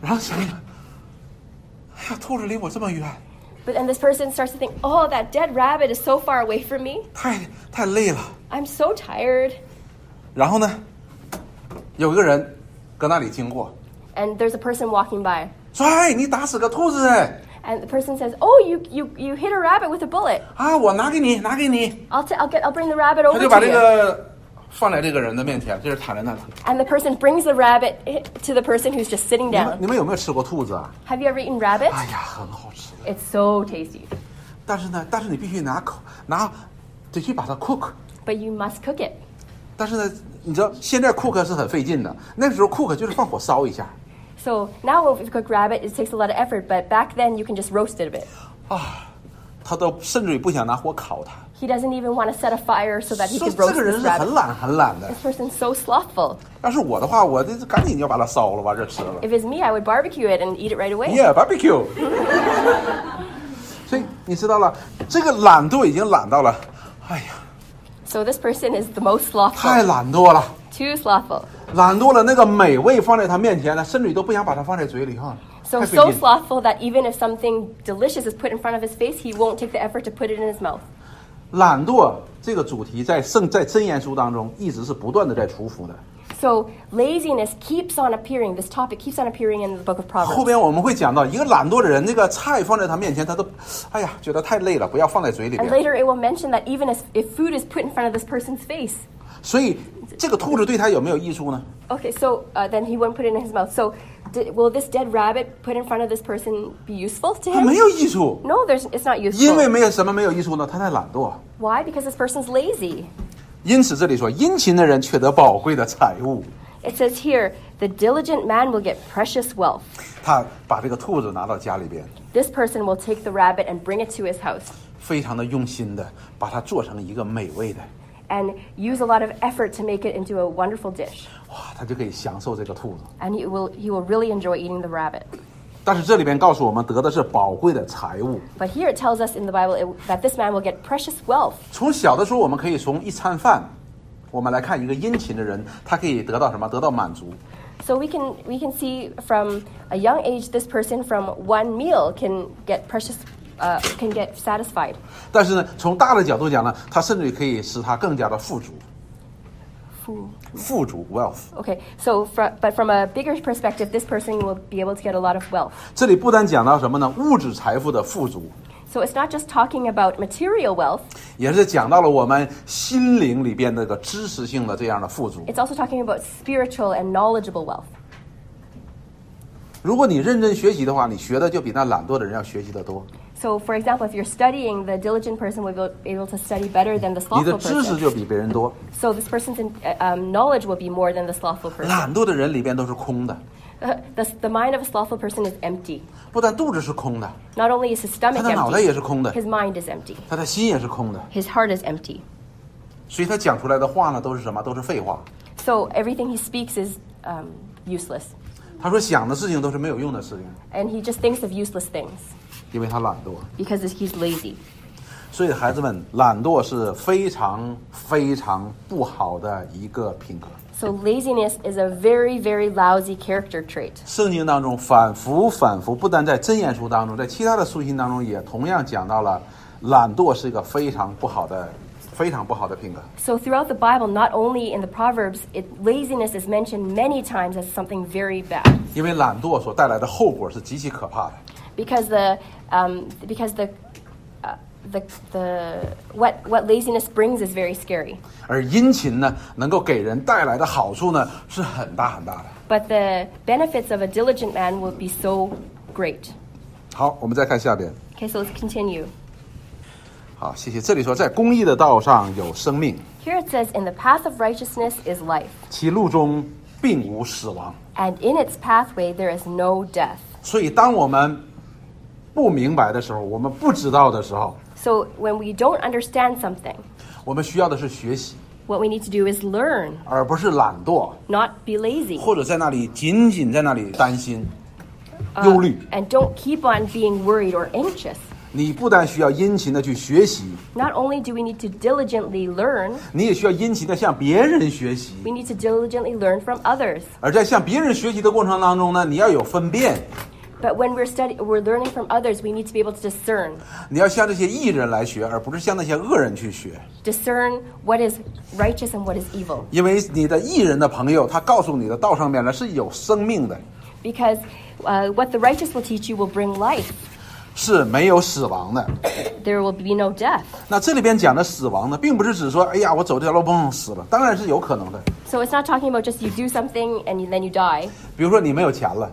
Speaker 1: 然后想想，哎呀，兔子离我这么远，
Speaker 2: But then this person starts to think, oh, that dead rabbit is so far away from me.
Speaker 1: 太太累了。
Speaker 2: I'm so tired.
Speaker 1: 然后呢，有一个人搁那里经过，
Speaker 2: And there's a person walking by.
Speaker 1: 说：“哎，你打死个兔子哎！
Speaker 2: And the person says, oh, you, you, you hit a rabbit with a bullet.
Speaker 1: 啊，我拿给你，拿给你。
Speaker 2: I'll, t- I'll, get, I'll bring the rabbit ” over
Speaker 1: 他就把
Speaker 2: to
Speaker 1: 这
Speaker 2: you.
Speaker 1: 个放在这个人的面前，这是躺在那里。
Speaker 2: And the person brings the rabbit i- to the person who's just
Speaker 1: 你
Speaker 2: sitting
Speaker 1: 们
Speaker 2: down.
Speaker 1: 你们有没有吃过兔子啊？
Speaker 2: Have you ever eaten rabbit?
Speaker 1: 哎呀，很好吃。
Speaker 2: It's so tasty.
Speaker 1: 但是呢，但是你必须拿口拿，得去把它 cook。
Speaker 2: But you must cook it.
Speaker 1: 但是呢，你知道现在 cook 是很费劲的，那时候 cook 就是放火烧一下。
Speaker 2: So now if you cook rabbit, it takes a lot of effort. But back then, you can just roast it a bit.
Speaker 1: 啊，他都甚至于不想拿火烤他，
Speaker 2: He doesn't even want to set a fire so that he
Speaker 1: 说
Speaker 2: can
Speaker 1: 这
Speaker 2: roast
Speaker 1: 个人
Speaker 2: this
Speaker 1: 是很
Speaker 2: rabbit.
Speaker 1: 懒很懒的
Speaker 2: This。person's so slothful.
Speaker 1: 要是我的话，我这赶紧就把它烧了，完这吃了。
Speaker 2: If it's me, I would barbecue it and eat it right away.
Speaker 1: Yeah, barbecue。所以你知道了，这个懒惰已经懒到了，哎呀，
Speaker 2: So this person is the most
Speaker 1: 太
Speaker 2: slothful.
Speaker 1: 懒惰了，
Speaker 2: Too slothful.
Speaker 1: 懒惰了。那个美味放在他面前了，甚至于都不想把它放在嘴里哈。
Speaker 2: So
Speaker 1: 太
Speaker 2: he's so
Speaker 1: 费劲。
Speaker 2: slothful that even if something delicious is put in front of his face, he won't take the effort to put it in his mouth.
Speaker 1: 懒惰这个主题在圣在箴言书当中一直是不断的在重复的。
Speaker 2: So laziness keeps on appearing. This topic keeps on appearing in the book of
Speaker 1: 后
Speaker 2: Proverbs.
Speaker 1: 边我们会讲到，一个懒惰的人，那个菜放在他面前，他都，哎呀，觉得太累了，不要放在嘴里
Speaker 2: And
Speaker 1: 边。
Speaker 2: later it will mention that even if, if food is put in front of this person's face.
Speaker 1: 所以这个兔子对他有没有益处呢？
Speaker 2: Okay, so uh, then he won't put it in his mouth. So d will this dead rabbit put in front of this person be useful to
Speaker 1: 它
Speaker 2: him?
Speaker 1: 没有益处，
Speaker 2: No, there's, it's not
Speaker 1: 因为
Speaker 2: useful.
Speaker 1: 没有什么没有益处呢？他太懒惰。啊
Speaker 2: Why? Because this person's lazy.
Speaker 1: 因此这里说，殷勤的人却得宝贵的财物。
Speaker 2: It says here, the diligent man will get precious wealth.
Speaker 1: 他把这个兔子拿到家里边，
Speaker 2: This person will take the rabbit and bring it to his house
Speaker 1: 非常的用心的把它做成一个美味的，
Speaker 2: and use a lot of effort to make it into a wonderful dish.
Speaker 1: 哇，他就可以享受这个兔子。
Speaker 2: And he will, he will really enjoy eating the rabbit.
Speaker 1: 但是这里边告诉我们，得的是宝贵的财物。
Speaker 2: But here it tells us in the Bible it, that this man will get precious wealth.
Speaker 1: 从小的时候，我们可以从一餐饭，我们来看一个殷勤的人，他可以得到什么？得到满足。
Speaker 2: So we can, we can see from a young age, this person from one meal can get precious, uh, can get satisfied.
Speaker 1: 但是呢，从大的角度讲呢，他甚至可以使他更加的富足。富足 wealth，
Speaker 2: Okay, so fro- but from a bigger perspective, this person will be able to get a lot of wealth.
Speaker 1: 这里不单讲到什么呢？物质财富的富足，
Speaker 2: So it's not just talking about material wealth,
Speaker 1: 也是讲到了我们心灵里边那个知识性的这样的富足。
Speaker 2: it's also talking about spiritual and knowledgeable wealth.
Speaker 1: 如果你认真学习的话，你学的就比那懒惰的人要学习的多，
Speaker 2: So, for example, if you're studying, the diligent person will be able to study better than the
Speaker 1: 你的
Speaker 2: slothful
Speaker 1: 知识
Speaker 2: person.
Speaker 1: 就比别人多。
Speaker 2: So, this person's uh, um, knowledge will be more than the slothful person. Uh,
Speaker 1: 懒惰的人里边都是空的，
Speaker 2: The, the mind of a slothful person is empty.
Speaker 1: 不但肚子是空的，
Speaker 2: Not only is his
Speaker 1: 他
Speaker 2: stomach
Speaker 1: 的脑袋也是
Speaker 2: empty,
Speaker 1: 空的，
Speaker 2: his mind is empty,
Speaker 1: 他的心也是空的，
Speaker 2: his heart is empty.
Speaker 1: 所以他讲出来的话呢，都是什么？都是废话。
Speaker 2: So, everything he speaks is um, useless.
Speaker 1: 他说想的事情都是没有用的事情，
Speaker 2: And he just thinks of useless things
Speaker 1: 因为他懒惰。
Speaker 2: because he's lazy.
Speaker 1: 所以孩子们，懒惰是非常非常不好的一个品格。
Speaker 2: So, laziness is a very, very lousy character trait.
Speaker 1: 圣经当中反复反复，不单在箴言书当中，在其他的书信当中也同样讲到了，懒惰是一个非常不好的、非常不好的品格。
Speaker 2: So throughout the Bible, not only in the Proverbs, it, laziness is mentioned many times as something very bad,
Speaker 1: 因为懒惰所带来的后果是极其可怕的。
Speaker 2: because the um, because the uh, the, the what what laziness brings is very scary.
Speaker 1: 而殷勤呢，能够给人带来的好处呢，是很大很大的。
Speaker 2: But the benefits of a diligent man will be so great.
Speaker 1: 好，我们再看下边。
Speaker 2: Okay, so let's continue.
Speaker 1: 好，谢谢。这里说，在公益的道上有生命，
Speaker 2: Here it says, "In the path of righteousness is life,
Speaker 1: 其路中并无死亡。
Speaker 2: and in its pathway there is no death."
Speaker 1: 所以，当我们不明白的时候，我们不知道的时候，
Speaker 2: So when we don't understand something,
Speaker 1: 我们需要的是学习，
Speaker 2: what we need to do is learn,
Speaker 1: 而不是懒惰，
Speaker 2: not be lazy.
Speaker 1: 或者在那里仅仅在那里担心、
Speaker 2: 呃
Speaker 1: 忧虑。
Speaker 2: Uh, and don't keep on being worried or anxious.
Speaker 1: 你不但需要殷勤的去学习，
Speaker 2: Not only do we need to diligently learn,
Speaker 1: 你也需要殷勤的向别人学习。
Speaker 2: we need to diligently learn from others.
Speaker 1: 而在向别人学习的过程当中呢，你要有分辨，
Speaker 2: But when we're study- we're learning from others, we need to be able to discern,
Speaker 1: 你要向这些艺人来学，而不是向那些恶人去学。
Speaker 2: discern what is righteous and what is evil.
Speaker 1: 因为你的艺人的朋友，他告诉你的道上面呢是有生命的，
Speaker 2: Because uh, what the righteous will teach you will bring life.
Speaker 1: 是没有死亡的。
Speaker 2: There will be no death.
Speaker 1: 那这里边讲的死亡呢，并不是指说，哎呀，我走这条路砰死了，当然是有可能的。
Speaker 2: So it's not talking about just you do something and you, then you die.
Speaker 1: 比如说你没有钱了，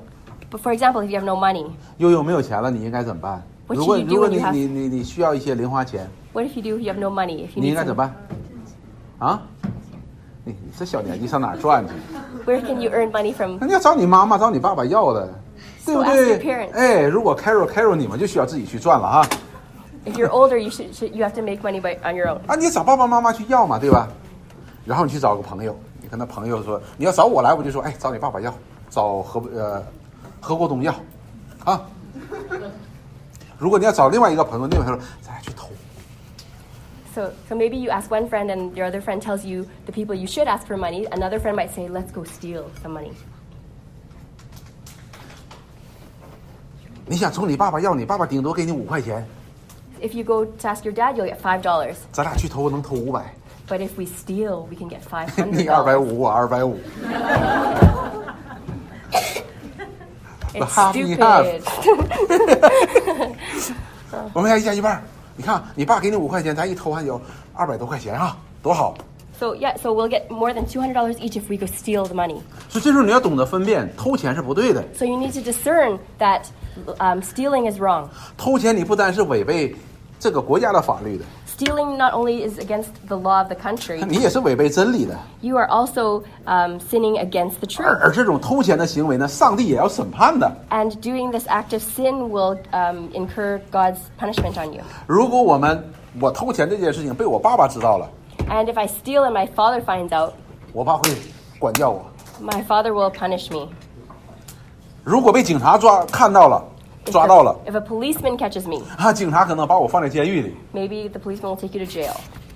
Speaker 2: But for example, if you have no money,
Speaker 1: 悠悠没有钱了，你应该怎么办？
Speaker 2: What
Speaker 1: 如果
Speaker 2: should you do
Speaker 1: 如果
Speaker 2: when
Speaker 1: 你
Speaker 2: you have-
Speaker 1: 你你你需要一些零花钱，
Speaker 2: what if you do? You have no money. If you
Speaker 1: 你应
Speaker 2: need
Speaker 1: 该怎么
Speaker 2: some,
Speaker 1: 办？啊？你你这小年纪上哪儿赚去？
Speaker 2: where can you earn money from?
Speaker 1: 那你要找你妈妈、找你爸爸要的，对不
Speaker 2: ask your
Speaker 1: 对？
Speaker 2: parents.
Speaker 1: 哎，如果 Carol Carol 你们就需要自己去赚了啊哈。
Speaker 2: If you're older, you should, should you have to make money by, on your own.
Speaker 1: 啊，你找爸爸妈妈去要嘛，对吧？然后你去找个朋友，你跟他朋友说，你要找我来，我就说，哎，找你爸爸要，找何呃何国东要，啊。如果你要找另外一个朋友，另外一个朋友说，咱俩去投，
Speaker 2: So, so maybe you ask one friend and your other friend tells you the people you should ask for money. Another friend might say, let's go steal some money.
Speaker 1: 你想从你爸爸要，你爸爸顶多给你五块钱，
Speaker 2: If you go to ask your dad, you'll get five dollars.
Speaker 1: 咱俩去偷能偷五百，
Speaker 2: But if we steal, we can get five
Speaker 1: 你
Speaker 2: hundred.
Speaker 1: 二百五，我二百五。
Speaker 2: It's
Speaker 1: half and half.
Speaker 2: stupid.
Speaker 1: 我们俩一家一半儿。你看，你爸给你五块钱，咱一偷还有二百多块钱啊，多好！
Speaker 2: So yeah, so we'll get more than two hundred dollars each if we go steal the money.
Speaker 1: 所以这时候你要懂得分辨，偷钱是不对的。
Speaker 2: So you need to discern that um, stealing is wrong.
Speaker 1: 偷钱你不单是违背这个国家的法律的，
Speaker 2: Stealing not only is against the law of the country,
Speaker 1: 你也是违背真理的。
Speaker 2: you are also um, sinning against
Speaker 1: 而
Speaker 2: the truth.
Speaker 1: 而这种偷钱的行为呢，上帝也要审判的。
Speaker 2: And doing this act of sin will um, incur God's punishment on you.
Speaker 1: 如果我们我偷钱这件事情被我爸爸知道了，
Speaker 2: And if I steal and my father finds out,
Speaker 1: 我爸会管教我；
Speaker 2: my father will punish me.
Speaker 1: 如果被警察抓看到了，
Speaker 2: If
Speaker 1: 抓到了
Speaker 2: a- if a policeman catches me,
Speaker 1: 啊，警察可能把我放在监狱里，
Speaker 2: maybe the policeman will take you to jail.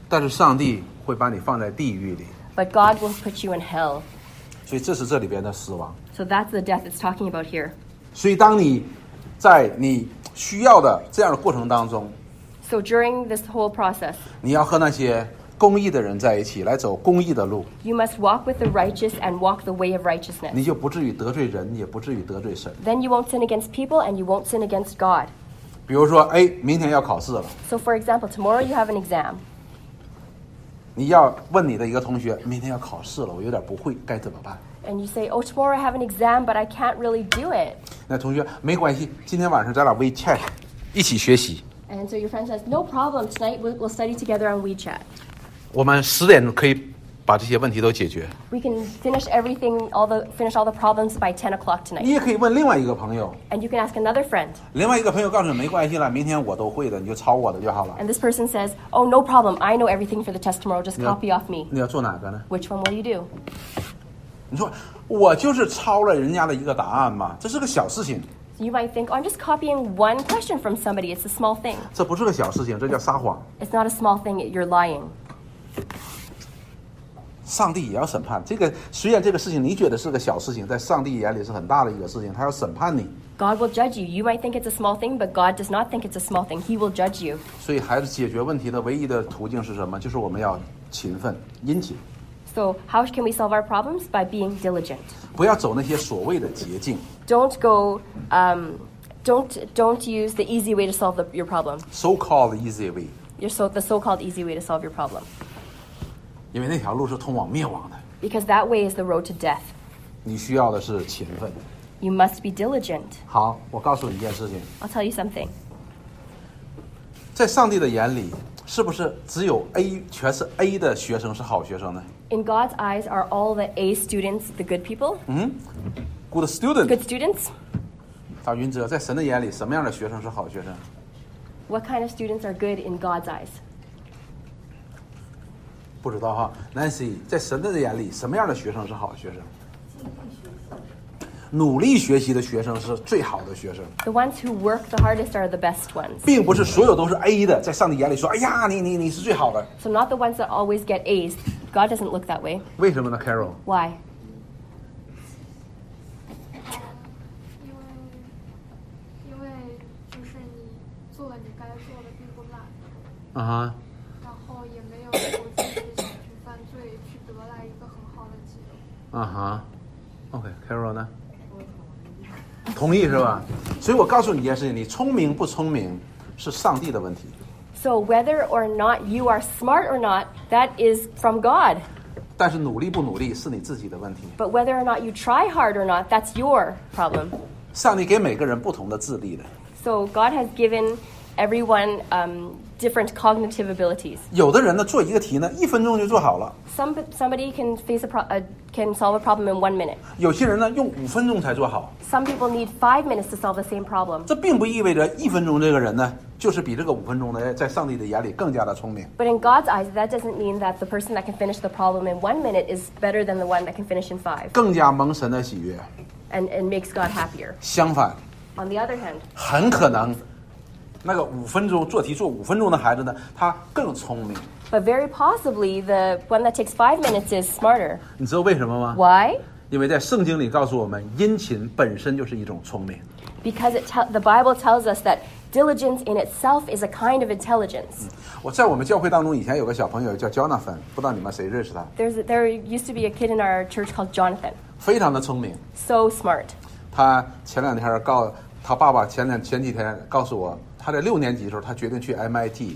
Speaker 1: 但是上帝会把你放在地狱里。
Speaker 2: But God will put you in hell.
Speaker 1: 所以这是这里边的死亡。
Speaker 2: So that's the death it's talking about here.
Speaker 1: 所以，当你在你需要的这样的过程当中，
Speaker 2: So during this whole process,
Speaker 1: 你要和那些公益的人在一起，来走公益的路，
Speaker 2: you must walk with the righteous and walk the way of righteousness.
Speaker 1: 你就不至于得罪人，也不至于得罪神。
Speaker 2: Then you won't sin against people and you won't sin against God.
Speaker 1: 比如说，哎，明天要考试了，
Speaker 2: So, for example, tomorrow you have an exam.
Speaker 1: 你要问你的一个同学，明天要考试了，我有点不会，该怎么办？
Speaker 2: And you say, Oh, tomorrow I have an exam, but I can't really do it.
Speaker 1: 那同学没关系，今天晚上咱俩 WeChat 一起学习，
Speaker 2: And so your friend says, No problem. Tonight we'll, we'll study together on WeChat.
Speaker 1: 我们十点可以把这些问题都解决。
Speaker 2: We can finish everything, all the finish all the problems by 10 o'clock
Speaker 1: 你
Speaker 2: tonight.
Speaker 1: 也可以问另外一个朋友，
Speaker 2: And you can ask another friend.
Speaker 1: 另外一个朋友告诉你没关系了，明天我都会的，你就抄我的就好了。
Speaker 2: And this person says, Oh, no problem. I know everything for the test tomorrow. Just copy off me.
Speaker 1: 你要做哪个呢？
Speaker 2: Which one will you do?
Speaker 1: 你说我就是抄了人家的一个答案嘛，这是个小事情，
Speaker 2: You might think, Oh, I'm just copying one question from somebody. It's a small thing.
Speaker 1: 这不是个小事情，这叫撒谎。
Speaker 2: It's not a small thing. You're lying.
Speaker 1: 上帝也要审判这个，虽然这个事情你觉得是个小事情，在上帝眼里是很大的一个事情，他要审判你。
Speaker 2: God will judge you. You might think it's a small thing, but God does not think it's a small thing. He will judge you.
Speaker 1: 所以，孩子解决问题的唯一的途径是什么？就是我们要勤奋、殷勤，
Speaker 2: So, how can we solve our problems? By being diligent.
Speaker 1: 不要走那些所谓的捷径。
Speaker 2: Don't go, um, don't, don't use the easy way to solve the, your problem.
Speaker 1: So-called easy way，
Speaker 2: Your so, the so called easy way to solve your problem.
Speaker 1: 因为那条路是通往灭亡的。
Speaker 2: Because that way is the road to death.
Speaker 1: 你需要的是勤奋。
Speaker 2: You must be diligent.
Speaker 1: 好，我告诉你一件事情，
Speaker 2: I'll tell you something.
Speaker 1: 在上帝的眼里，是不是只有 A 全是 A 的学生是好学生呢？
Speaker 2: In God's eyes, are all the A students the good people?
Speaker 1: Good student。
Speaker 2: Good students?
Speaker 1: 找云哲，在神的眼里，什么样的学生是好学生？
Speaker 2: What kind of students are good in God's eyes?
Speaker 1: 不知道哈。Nancy，在神的眼里，什么样的学生是好学生？努力学习的学生是最好的学生，
Speaker 2: The ones who work the hardest are the best ones.
Speaker 1: 并不是所有都是 A 的。在上帝眼里说，哎呀，你你你是最好的，
Speaker 2: So, not the ones that always get A's. God doesn't look that way.
Speaker 1: 为什么呢？Carol，
Speaker 2: Why?
Speaker 3: 因为因为就是你做你该做的并不懒，
Speaker 1: 啊哈，
Speaker 3: 然后也没有投资自己去犯罪，去得来一个很好的结果。
Speaker 1: 啊哈，OK，Carol 呢？同意是吧？所以我告诉你一件事情：你聪明不聪明是上帝的问题。
Speaker 2: So, whether or not you are smart or not, that is from God.
Speaker 1: 但是努力不努力是你自己的问题。
Speaker 2: But whether or not you try hard or not, that's your problem.
Speaker 1: 上帝给每个人不同的智力的，
Speaker 2: So, God has given everyone um, different cognitive abilities.
Speaker 1: 有的人呢做一个题呢一分钟就做好了，
Speaker 2: Some, somebody can, face a pro- uh, can solve a problem in one minute.
Speaker 1: 有些人呢用五分钟才做好。
Speaker 2: Some people need five minutes to solve the same problem.
Speaker 1: 这并不意味着一分钟这个人呢就是比这个五分钟的在上帝的眼里更加的聪明。
Speaker 2: But in God's eyes, that doesn't mean that the person that can finish the problem in one minute is better than the one that can finish in five
Speaker 1: 更加蒙神的喜悦。
Speaker 2: and, and makes God happier.
Speaker 1: 相反，
Speaker 2: On the other hand,
Speaker 1: 很可能那个五分钟做题做五分钟的孩子呢，他更聪明。
Speaker 2: but very possibly the one that takes five minutes is smarter.
Speaker 1: 你知道为什么吗？
Speaker 2: Why?
Speaker 1: 因为在圣经里告诉我们，殷勤本身就是一种聪明。
Speaker 2: because it tell the Bible tells us that diligence in itself is a kind of intelligence.
Speaker 1: 我在我们教会当中，以前有个小朋友叫 Jonathan，不知道你们谁认识他，
Speaker 2: There's a, there used to be a kid in our church called Jonathan,
Speaker 1: 非常的聪明。
Speaker 2: so smart.
Speaker 1: 他前两天告他爸爸前两前几天告诉我，他在六年级的时候，他决定去 MIT。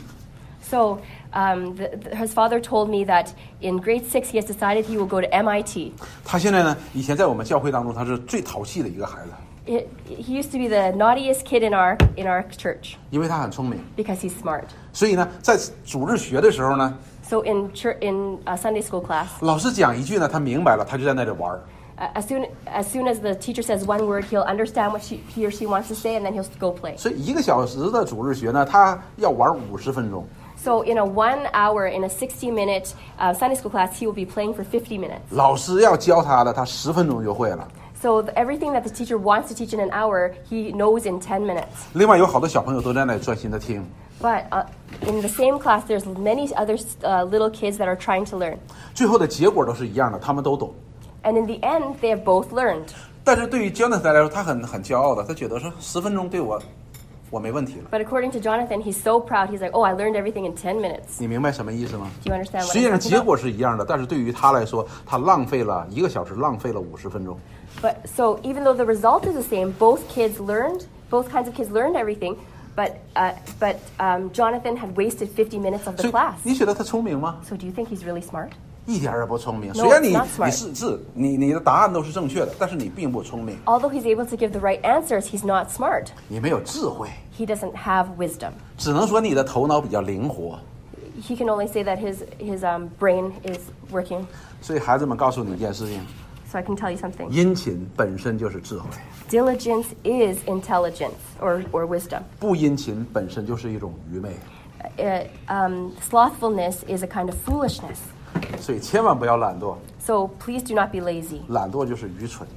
Speaker 2: So um, th th his father told me that in grade six he has decided he will go to MIT.
Speaker 1: 他现在呢，以前在我们教会当中，他是最淘气的一个孩子，
Speaker 2: It, he used to be the naughtiest kid in our in our church
Speaker 1: 因为他很聪明，
Speaker 2: because he's smart.
Speaker 1: 所以呢，在主日学的时候呢，
Speaker 2: So in chur in uh, Sunday school class,
Speaker 1: 老师讲一句呢，他明白了，他就在那里玩儿。
Speaker 2: uh, as soon as soon as the teacher says one word, he'll understand what she, he or she wants to say, and then he'll go play.
Speaker 1: 所以一个小时的主日学呢，他要玩五十分钟，
Speaker 2: So in a one hour, in a 60 minute uh, Sunday school class, he will be playing for 50 minutes.
Speaker 1: 老师要教他的，他十分钟就会了。
Speaker 2: So the, everything that the teacher wants to teach in an hour, he knows in 10 minutes.
Speaker 1: 另外有好多小朋友都在那里专心的听，
Speaker 2: But uh, in the same class, there's many other uh, little kids that are trying to learn.
Speaker 1: 最后的结果都是一样的，他们都懂。
Speaker 2: And in the end, they have both learned.
Speaker 1: 但是对于 Jonathan 来说，他很很骄傲的，他觉得说十分钟对我，我没问题了。
Speaker 2: But according to Jonathan, he's so proud. He's like, oh, I learned everything in 10 minutes.
Speaker 1: 你明白什么意思吗？
Speaker 2: Do you understand
Speaker 1: 实际
Speaker 2: what
Speaker 1: 上
Speaker 2: I'm
Speaker 1: 结
Speaker 2: talking
Speaker 1: 果
Speaker 2: about?
Speaker 1: 是一样的，但是对于他来说，他浪费了一个小时，浪费了五十分钟。
Speaker 2: But, so even though the result is the same, both kids learned, both kinds of kids learned everything. But, uh, but um, Jonathan had wasted 50 minutes of
Speaker 1: 所
Speaker 2: the
Speaker 1: 以
Speaker 2: class.
Speaker 1: 你觉得他聪明吗？
Speaker 2: So do you think he's really smart?
Speaker 1: 一点儿也不聪明。
Speaker 2: No,
Speaker 1: 虽然你
Speaker 2: it's not smart.
Speaker 1: 你是是你你的答案都是正确的，但是你并不聪明，
Speaker 2: Although he's able to give the right answers, he's not smart.
Speaker 1: 你没有智慧，
Speaker 2: He doesn't have wisdom.
Speaker 1: 只能说你的头脑比较灵活。
Speaker 2: He can only say that his, his um, brain is working.
Speaker 1: 所以孩子们告诉你一件事情：
Speaker 2: So I can tell you something.
Speaker 1: 殷勤本身就是智慧，
Speaker 2: Diligence is intelligence or, or wisdom.
Speaker 1: 不殷勤本身就是一种愚昧。
Speaker 2: Uh, um, slothfulness is a kind of foolishness.
Speaker 1: 所以千万不要懒惰，
Speaker 2: So please do not be lazy.
Speaker 1: 懒惰就是愚蠢。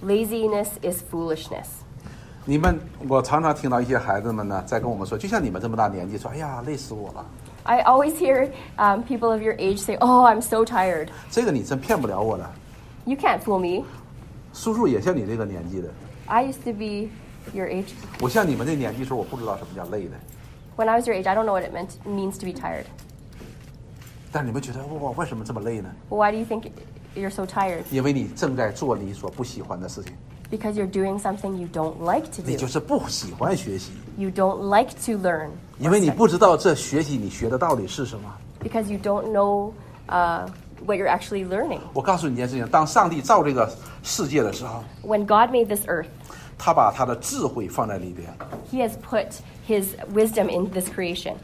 Speaker 2: Laziness is foolishness.
Speaker 1: 你们，我常常听到一些孩子们呢，在跟我们说，就像你们这么大年纪，说，哎呀，累死我了。
Speaker 2: I always hear um, people of your age say, Oh, I'm so tired.
Speaker 1: 这个你真骗不了我的。
Speaker 2: You can't fool me.
Speaker 1: 叔叔也像你这个年纪的，
Speaker 2: I used to be your age.
Speaker 1: 我像你们这年纪时候，我不知道什么叫累的。
Speaker 2: When I was your age, I don't know what it meant, means to be tired.
Speaker 1: 但是你们觉得哇，为什么这么累呢？
Speaker 2: Well, why do you think you're so tired?
Speaker 1: 因为你正在做你所不喜欢的事情，
Speaker 2: Because you're doing something you don't like to
Speaker 1: 你就
Speaker 2: do.
Speaker 1: 是不喜欢学习，
Speaker 2: You don't like to learn.
Speaker 1: 因为你不知道这学习你学的到底是什么。
Speaker 2: Because you don't know uh, what you're actually learning.
Speaker 1: 我告诉你一件事情：当上帝造这个世界的时候，
Speaker 2: When God made this earth,
Speaker 1: 他把他的智慧放在里边。
Speaker 2: He has put His wisdom in this creation.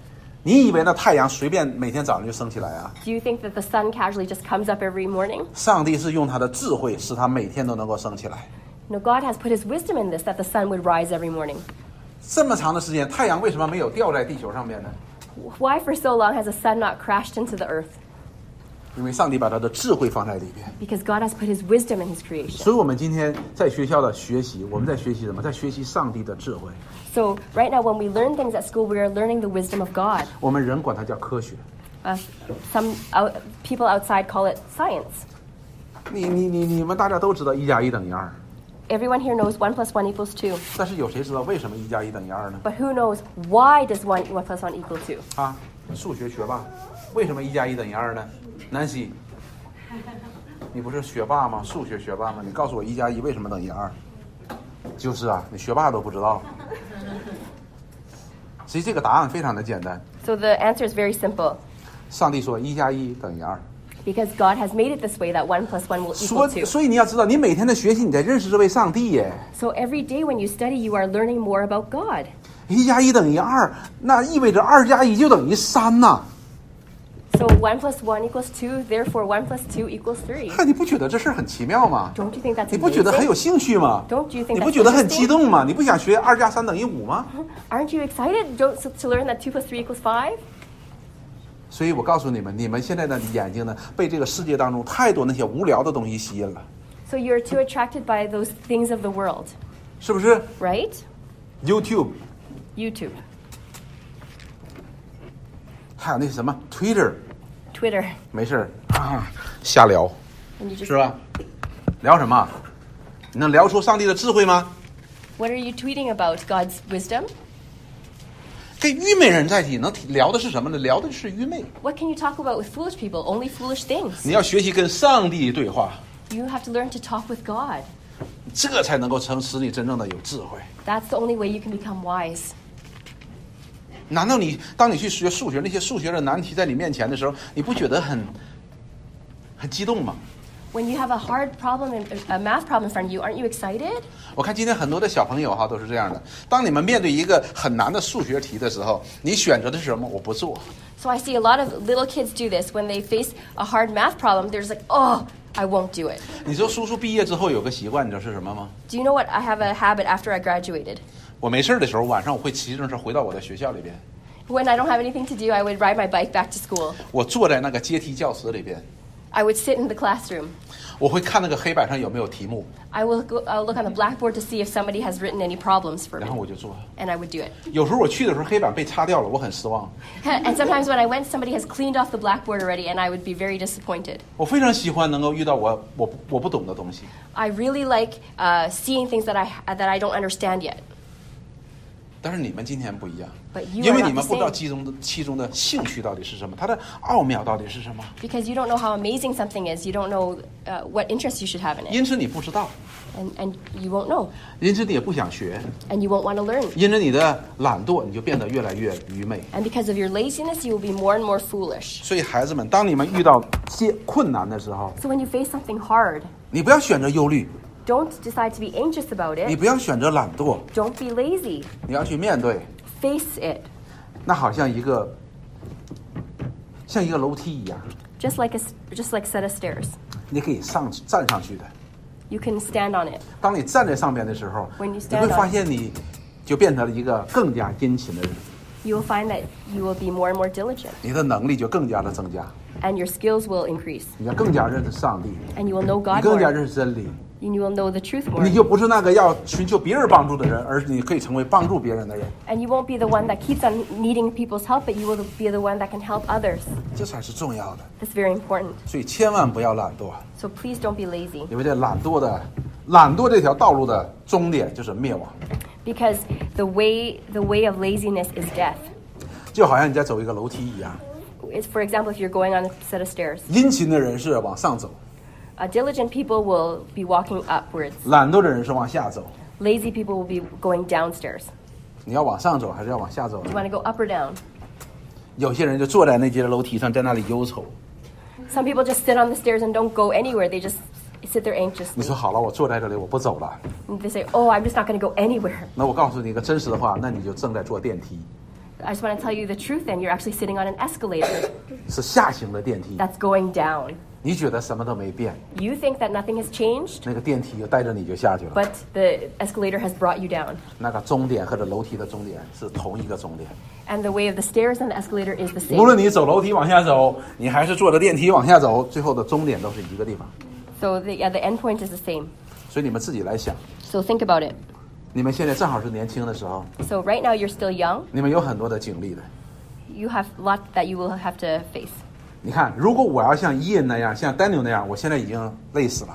Speaker 1: 你以为那太阳随便每天早上就升起来啊？
Speaker 2: Do you think that the sun casually just comes up every morning?
Speaker 1: 上帝是用他的智慧，使他每天都能够升起来。
Speaker 2: No, God has put His wisdom in this that the sun would rise every morning.
Speaker 1: 这么长的时间，太阳为什么没有掉在地球上面呢？
Speaker 2: Why, for so long, has the sun not crashed into the earth?
Speaker 1: 因为上帝把他的智慧放在里边。
Speaker 2: Because God has put His wisdom in His creation.
Speaker 1: 所以，我们今天在学校的学习，我们在学习什么？在学习上帝的智慧。
Speaker 2: So, right now, when we learn things at school, we are learning the wisdom of God.
Speaker 1: 我们人管它叫科学。
Speaker 2: Uh, some out, people outside call it science.
Speaker 1: 你你你你们大家都知道一加一等于二，
Speaker 2: Everyone here knows 1 plus 1 equals 2.
Speaker 1: 但是有谁知道为什么一加一等于二呢？
Speaker 2: But who knows why does 1, 1 plus 1 equal 2?
Speaker 1: 啊，数学学霸，为什么一加一等于二呢？南希，你不是学霸吗？数学学霸吗？你告诉我一加一为什么等于二？就是啊，你学霸都不知道。其实这个答案非常的简单，
Speaker 2: So the answer is very simple.
Speaker 1: 上帝说一加一等于二，
Speaker 2: Because God has made it this way that 1 plus 1 will
Speaker 1: 说
Speaker 2: equal 2.
Speaker 1: 所以你要知道，你每天的学习，你在认识这位上帝耶。
Speaker 2: So every day when you study, you are learning more about God.
Speaker 1: 一加一等于二，那意味着二加一就等于三呐、
Speaker 2: So 1 plus 1 equals 2, therefore 1 plus 2 equals 3.
Speaker 1: 嗨，你不觉得这事儿很奇妙吗？
Speaker 2: Don't you think that's
Speaker 1: 你不觉得很有
Speaker 2: amazing?
Speaker 1: 兴趣吗
Speaker 2: Don't you？think
Speaker 1: 你不觉得很
Speaker 2: that's
Speaker 1: 激动吗？你不想学二加三等于五吗？
Speaker 2: Aren't you excited don't, so, to learn that 2 plus 3 equals 5?
Speaker 1: 所以我告诉你们，你们现在的眼睛呢，被这个世界当中太多那些无聊的东西吸引了，
Speaker 2: So you're too attracted by those things of the world,
Speaker 1: 是不是
Speaker 2: right?
Speaker 1: ？YouTube，
Speaker 2: YouTube,
Speaker 1: 还有那什么 Twitter，
Speaker 2: Twitter,
Speaker 1: 没事儿啊，瞎聊，
Speaker 2: and you just
Speaker 1: 是吧？聊什么？你能聊出上帝的智慧吗？
Speaker 2: What are you tweeting about? God's wisdom?
Speaker 1: 跟愚昧人在一起能聊的是什么呢？聊的是愚昧。
Speaker 2: What can you talk about with foolish people? Only foolish things.
Speaker 1: 你要学习跟上帝对话，
Speaker 2: You have to learn to talk with God.
Speaker 1: 这才能够成使你真正的有智慧。
Speaker 2: That's the only way you can become wise.
Speaker 1: 难道你当你去学数学，那些数学的难题在你面前的时候，你不觉得很很激动吗？
Speaker 2: When you have a hard problem, in, a math problem in front of you, aren't you excited?
Speaker 1: 我看今天很多的小朋友哈都是这样的。当你们面对一个很难的数学题的时候，你选择的是什么？我不做。
Speaker 2: So I see a lot of little kids do this. When they face a hard math problem, they're just like, oh, I won't do it.
Speaker 1: 你说叔叔毕业之后有个习惯，你知道是什么吗？
Speaker 2: Do you know what? I have a habit after I graduated.
Speaker 1: 我没事儿的时候，晚上我会骑自行车回到我的学校里边，
Speaker 2: When I don't have anything to do, I would ride my bike back to school.
Speaker 1: 我坐在那个阶梯教室里边，
Speaker 2: I would sit in the classroom.
Speaker 1: 我会看那个黑板上有没有题目，
Speaker 2: I will go, I'll look on the blackboard to see if somebody has written any problems for
Speaker 1: 然后
Speaker 2: me.
Speaker 1: 我就做。
Speaker 2: And I would do it.
Speaker 1: 有时候我去的时候黑板被擦掉了，我很失望。
Speaker 2: And sometimes when I went, somebody has cleaned off the blackboard already, and I would be very disappointed.
Speaker 1: 我非常喜欢能够遇到我我不我不懂的东西。
Speaker 2: I really like uh, seeing things that I, that I don't understand yet.
Speaker 1: 但是你们今天不一样
Speaker 2: But，you are
Speaker 1: 因为你们
Speaker 2: not the
Speaker 1: 不知道
Speaker 2: same.
Speaker 1: 其中的其中的兴趣到底是什么，它的奥妙到底是什么，
Speaker 2: Because you don't know how amazing something is, you don't know uh, what interest you should have in it.
Speaker 1: 因此你不知道，
Speaker 2: And, and you won't know.
Speaker 1: 因此你也不想学，
Speaker 2: And you won't want to learn.
Speaker 1: 因着你的懒惰，你就变得越来越愚昧。
Speaker 2: And because of your laziness, you will be more and more foolish.
Speaker 1: 所以孩子们，当你们遇到些困难的时候，
Speaker 2: So when you face something hard,
Speaker 1: 你不要选择忧虑，
Speaker 2: don't decide to be anxious about
Speaker 1: 你
Speaker 2: it.
Speaker 1: 不要选择懒惰，
Speaker 2: Don't be lazy.
Speaker 1: 你要去面对。
Speaker 2: Face it.
Speaker 1: 那好像一个像一个楼梯一样，
Speaker 2: Just like a, s- just like set of stairs.
Speaker 1: 你可以上去站上去的。
Speaker 2: You can stand on it.
Speaker 1: 当你站在上边的时候，
Speaker 2: When you
Speaker 1: 你
Speaker 2: stand
Speaker 1: 会
Speaker 2: up
Speaker 1: 发现你就变成了一个更加殷勤的人，
Speaker 2: You will find that you will be more and more diligent,
Speaker 1: 你的能力就更加的增加，
Speaker 2: and your skills will increase,
Speaker 1: 你要更加认识上帝，你
Speaker 2: and you will know God
Speaker 1: 更加
Speaker 2: more,
Speaker 1: 认识真理，
Speaker 2: and you will know the truth more,
Speaker 1: 你就不是那个要寻求别人帮助的人，而你可以成为帮助别人的人，
Speaker 2: and you won't be the one that keeps on needing people's help, but you will be the one that can help others.
Speaker 1: 这才是重要的。
Speaker 2: That's very important.
Speaker 1: 所以千万不要懒惰，
Speaker 2: So please don't be lazy,
Speaker 1: 因为这懒惰的懒惰这条道路的终点就是灭亡，
Speaker 2: because the way the way of laziness is death.
Speaker 1: 就好像你在走一个楼梯一样。
Speaker 2: It's, for example, if you're going on a set of stairs,
Speaker 1: 殷勤的人是往上走，
Speaker 2: uh, diligent people will be walking upwards.
Speaker 1: 懒惰的人是往下走。
Speaker 2: Lazy people will be going downstairs.
Speaker 1: 你要往上走还是要往下走呢
Speaker 2: You？want to go up or down?
Speaker 1: 有些人就坐在那节楼梯上，在那里忧愁。
Speaker 2: Some people just sit on the stairs and don't go anywhere. They just sit there
Speaker 1: 你
Speaker 2: anxiously.
Speaker 1: 说好了，我坐在这里，我不走了。
Speaker 2: And They say, "Oh, I'm just not going to go anywhere."
Speaker 1: 那我告诉你一个真实的话，那你就正在坐电梯，
Speaker 2: I just want to tell you the truth. Then you're actually sitting on an escalator
Speaker 1: 是下行的电梯。
Speaker 2: that's going down.
Speaker 1: 你觉得什么都没变，
Speaker 2: You think that nothing has changed,
Speaker 1: 那个电梯就带着你就下去了。
Speaker 2: but the escalator has brought you down.
Speaker 1: 那个终点和这楼梯的终点是同一个终点。
Speaker 2: And the way of the stairs and the escalator is the
Speaker 1: 无
Speaker 2: same.
Speaker 1: 论你走楼梯往下走，你还是坐着电梯往下走，最后的终点都是一个地方。
Speaker 2: So the, yeah, the end point is the same.
Speaker 1: 所以你们自己来想，
Speaker 2: So think about it.
Speaker 1: 你们现在正好是年轻的时候，
Speaker 2: So right now you're still young.
Speaker 1: 你们有很多的经历的。
Speaker 2: You have a lot that you will have to face.
Speaker 1: 你看，如果我要像伊恩那样，像丹尼尔那样，我现在已经累死了。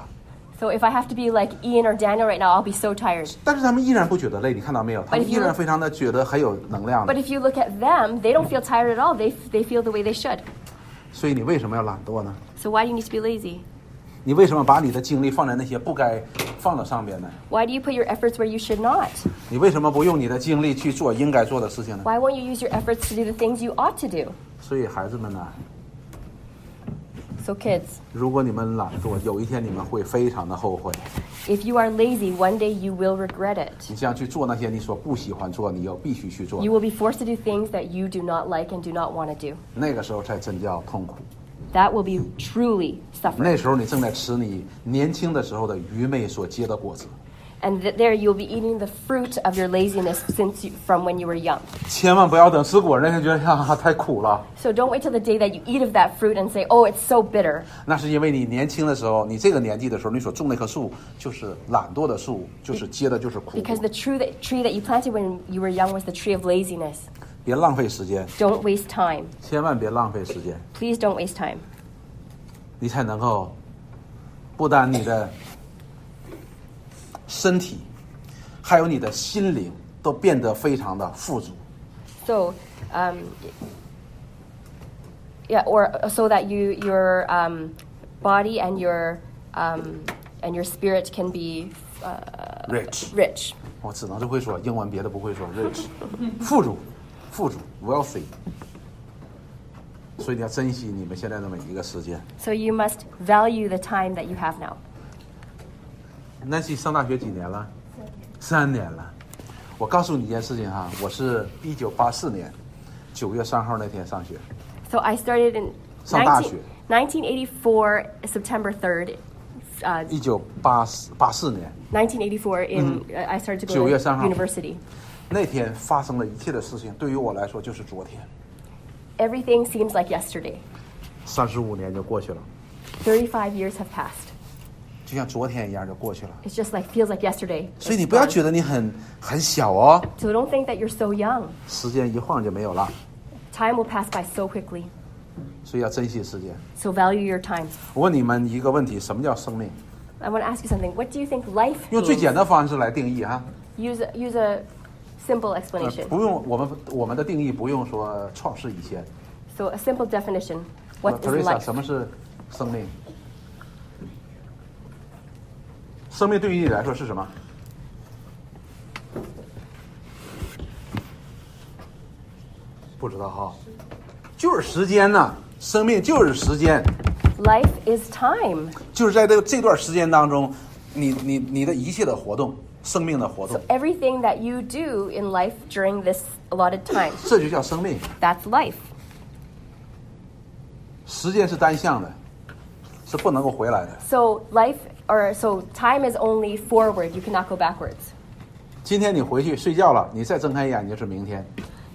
Speaker 2: So if I have to be like Ian or Daniel right now, I'll be so tired.
Speaker 1: 但是他们依然不觉得累，你看到没有？他们依然非常的觉得很有能量
Speaker 2: But
Speaker 1: 的。
Speaker 2: if you look at them, they don't feel tired at all. They, they feel the way they should.
Speaker 1: 所以你为什么要懒惰呢？
Speaker 2: So why do you need to be lazy?
Speaker 1: 你为什么把你的精力放在那些不该放的上边呢？
Speaker 2: Why do you put your efforts where you should not?
Speaker 1: 你为什么不用你的精力去做应该做的事情呢？
Speaker 2: Why won't you use your efforts to do the things you ought to do?
Speaker 1: 所以孩子们呢，
Speaker 2: So kids,
Speaker 1: 如果你们懒惰，有一天你们会非常的后悔。
Speaker 2: if you are lazy, one day you will regret it.
Speaker 1: 你想去做那些你所不喜欢做，你又必须去做
Speaker 2: You，will be forced to do things that you do not like and do not want to do.
Speaker 1: 那个时候才真叫痛苦。
Speaker 2: That will be truly suffering.
Speaker 1: 那时候你正在吃你年轻的时候的愚昧所结的果子。
Speaker 2: And th- there you'll be eating the fruit of your laziness since you, from when you were young.
Speaker 1: 千万不要等吃果那天觉得哈哈太苦了，
Speaker 2: So don't wait till the day that you eat of that fruit and say, "Oh, it's so bitter."
Speaker 1: 那是因为你年轻的时候，你这个年纪的时候，你所种那棵树就是懒惰的树，就是结的就是苦
Speaker 2: Because
Speaker 1: 果。
Speaker 2: the true that, tree that you planted when you were young was the tree of laziness.
Speaker 1: 别浪费时间，
Speaker 2: Don't waste time.
Speaker 1: 千万别浪费时间，
Speaker 2: Please don't waste time.
Speaker 1: 你才能够不单你的身体，还有你的心灵都变得非常的富足。
Speaker 2: So, um, yeah, or so that you your um, body and your um, and your spirit can be uh,
Speaker 1: Rich.
Speaker 2: Rich.
Speaker 1: 我只能是会说英文，别的不会说。Rich，富足，富足，wealthy。所以你要珍惜你们现在的每一个时间。
Speaker 2: So you must value the time that you have now.
Speaker 1: Nancy 上大学几年了？三年了。我告诉你一件事情哈，我是一九八四年九月三号那天上学，
Speaker 2: So I started in
Speaker 1: 上大学。
Speaker 2: 1984 September 3rd. Uh,
Speaker 1: 一九八四八四年
Speaker 2: 1984 in uh, I started to
Speaker 1: 九月
Speaker 2: go
Speaker 1: 三号
Speaker 2: to university.
Speaker 1: 那天发生了一切的事情，对于我来说就是昨天。
Speaker 2: Everything seems like yesterday.
Speaker 1: 三十五年就过去了，
Speaker 2: 35 years have passed.
Speaker 1: 就像昨天一样就过去了。
Speaker 2: It's just like feels like yesterday.
Speaker 1: 所以
Speaker 2: It's
Speaker 1: 你不要
Speaker 2: gone.
Speaker 1: 觉得你很很小哦，
Speaker 2: So don't think that you're so young.
Speaker 1: 时间一晃就没有了，
Speaker 2: Time will pass by so quickly.
Speaker 1: 所以要珍惜时间。
Speaker 2: So value your time.
Speaker 1: 我问你们一个问题：什么叫生命？
Speaker 2: I want to ask you something. What do you think life
Speaker 1: 用最
Speaker 2: means?
Speaker 1: 简单方式来定义哈，
Speaker 2: Use a, use a simple
Speaker 1: 呃
Speaker 2: explanation.
Speaker 1: 不用我们我们的定义不用说创世以前。
Speaker 2: So a simple definition.
Speaker 1: 呃
Speaker 2: What is
Speaker 1: Uh, Teresa，
Speaker 2: life?
Speaker 1: 什么是生命？生命对于你来说是什么？不知道哈，就是时间呐、生命就是时间，
Speaker 2: Life is time.
Speaker 1: 就是在这这段时间当中，你你你的一切的活动，生命的活动
Speaker 2: So，everything that you do in life during this allotted time,
Speaker 1: 这就叫生命。
Speaker 2: that's life.
Speaker 1: 时间是单向的，是不能够回来的。
Speaker 2: So life or so time is only forward. You cannot go backwards.
Speaker 1: 今天你回去睡觉了，你再睁开眼睛是明天。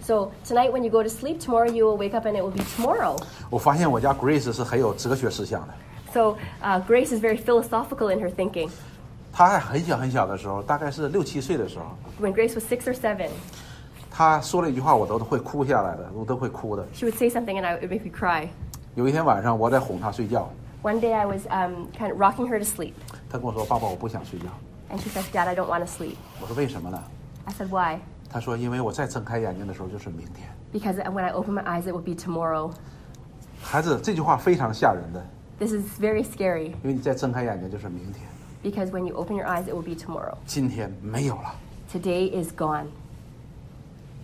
Speaker 2: So tonight when you go to sleep, tomorrow you will wake up and it will be tomorrow.
Speaker 1: 我发现我家 Grace 是很有哲学思想的。
Speaker 2: So uh, Grace is very philosophical in her thinking.
Speaker 1: 她还很小很小的时候，大概是六七岁的时候，
Speaker 2: When Grace was six or seven,
Speaker 1: 她说了一句话，我都会哭下来的，我都会哭的。
Speaker 2: she would say something and I, it would make me cry.
Speaker 1: 有一天晚上，我在哄她睡觉，
Speaker 2: One day I was um, kind of rocking her to sleep,
Speaker 1: 她跟我说：“爸爸，我不想睡觉。
Speaker 2: and she says, "Dad, I don't want to sleep." ”
Speaker 1: 我说：“为什么呢
Speaker 2: I said, "Why?"
Speaker 1: 她说：“因为我再睁开眼睛的时候就是明天。
Speaker 2: Because when I open my eyes, it will be tomorrow. ”
Speaker 1: 孩子，这句话非常吓人的，
Speaker 2: This is very scary
Speaker 1: 因为你再睁开眼睛就是明天，
Speaker 2: because when you open your eyes, it will be tomorrow.
Speaker 1: 今天没有了。
Speaker 2: Today is gone.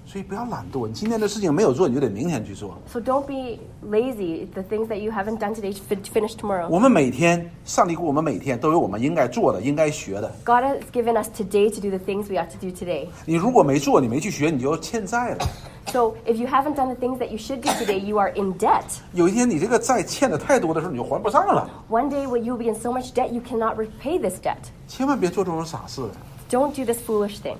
Speaker 1: 所以不要懒惰，你今天的事情没有做，你就得明天去做。
Speaker 2: So don't be lazy. The things that you haven't done today, fi- finish tomorrow.
Speaker 1: 我们每天，上帝给我们每天都有我们应该做的、应该学的。
Speaker 2: God has given us today to do the things we ought to do today.
Speaker 1: 你如果没做，你没去学，你就欠债了。
Speaker 2: So if you haven't done the things that you should do today, you are in debt.
Speaker 1: 有一天你这个债欠的太多的时候，你就还不上了。
Speaker 2: One day will you be in so much debt you cannot repay this debt.
Speaker 1: 千万别做这种傻事。
Speaker 2: Don't do this foolish thing.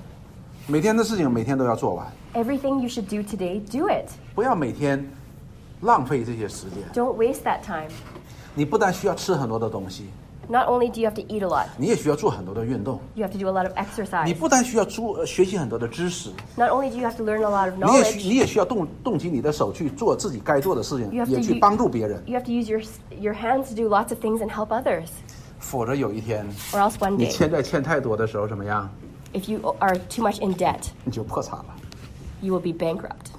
Speaker 1: 每天的事情每天都要做完，
Speaker 2: Everything you should do today, do it.
Speaker 1: 不要每天浪费这些时间。
Speaker 2: Don't waste that time.
Speaker 1: 你不但需要吃很多的东西，
Speaker 2: Not only do you have to eat a lot,
Speaker 1: 你也需要做很多的运动。
Speaker 2: you have to do a lot of
Speaker 1: 你
Speaker 2: exercise.
Speaker 1: 不但需要做学习很多的知识，
Speaker 2: Not only do you have to learn a lot of
Speaker 1: 你也需
Speaker 2: knowledge,
Speaker 1: 你也需要动动起你的手去做自己该做的事
Speaker 2: you
Speaker 1: 情，
Speaker 2: have
Speaker 1: 也
Speaker 2: to
Speaker 1: 去
Speaker 2: u-
Speaker 1: 帮助别人。
Speaker 2: you have to use your s- your hands to do lots of things and help others.
Speaker 1: 否则有一天
Speaker 2: Or else one
Speaker 1: 你
Speaker 2: day,
Speaker 1: 欠债欠太多的时候，怎么样？
Speaker 2: if you o- are too much in debt,
Speaker 1: 你就破产了。
Speaker 2: you will be bankrupt.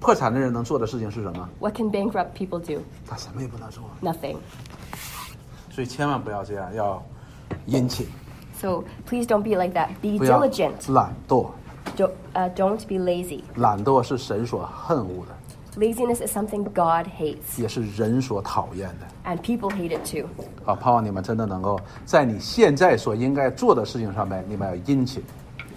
Speaker 1: 破产的人能做的事情是什么？
Speaker 2: What can bankrupt people do?
Speaker 1: 他什么也不能做。
Speaker 2: Nothing.
Speaker 1: 所以千万不要这样，要殷勤，
Speaker 2: So please don't be like that. Be
Speaker 1: 不要
Speaker 2: diligent.
Speaker 1: 懒惰。
Speaker 2: Don't, uh, don't be lazy.
Speaker 1: 懒惰是神所恨恶的，
Speaker 2: Laziness is something God hates,
Speaker 1: 也是人所讨厌的。
Speaker 2: and people hate it too.
Speaker 1: 啊，盼望你们真的能够在你现在所应该做的事情上面，你们要殷勤。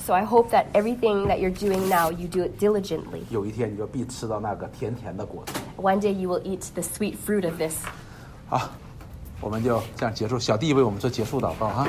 Speaker 2: So I hope that everything that you're doing now, you do it diligently.
Speaker 1: 有一天你就必吃到那个甜甜的果子。
Speaker 2: One day you will eat the sweet fruit of this.
Speaker 1: 好，我们就这样结束。小弟为我们做结束祷告哈。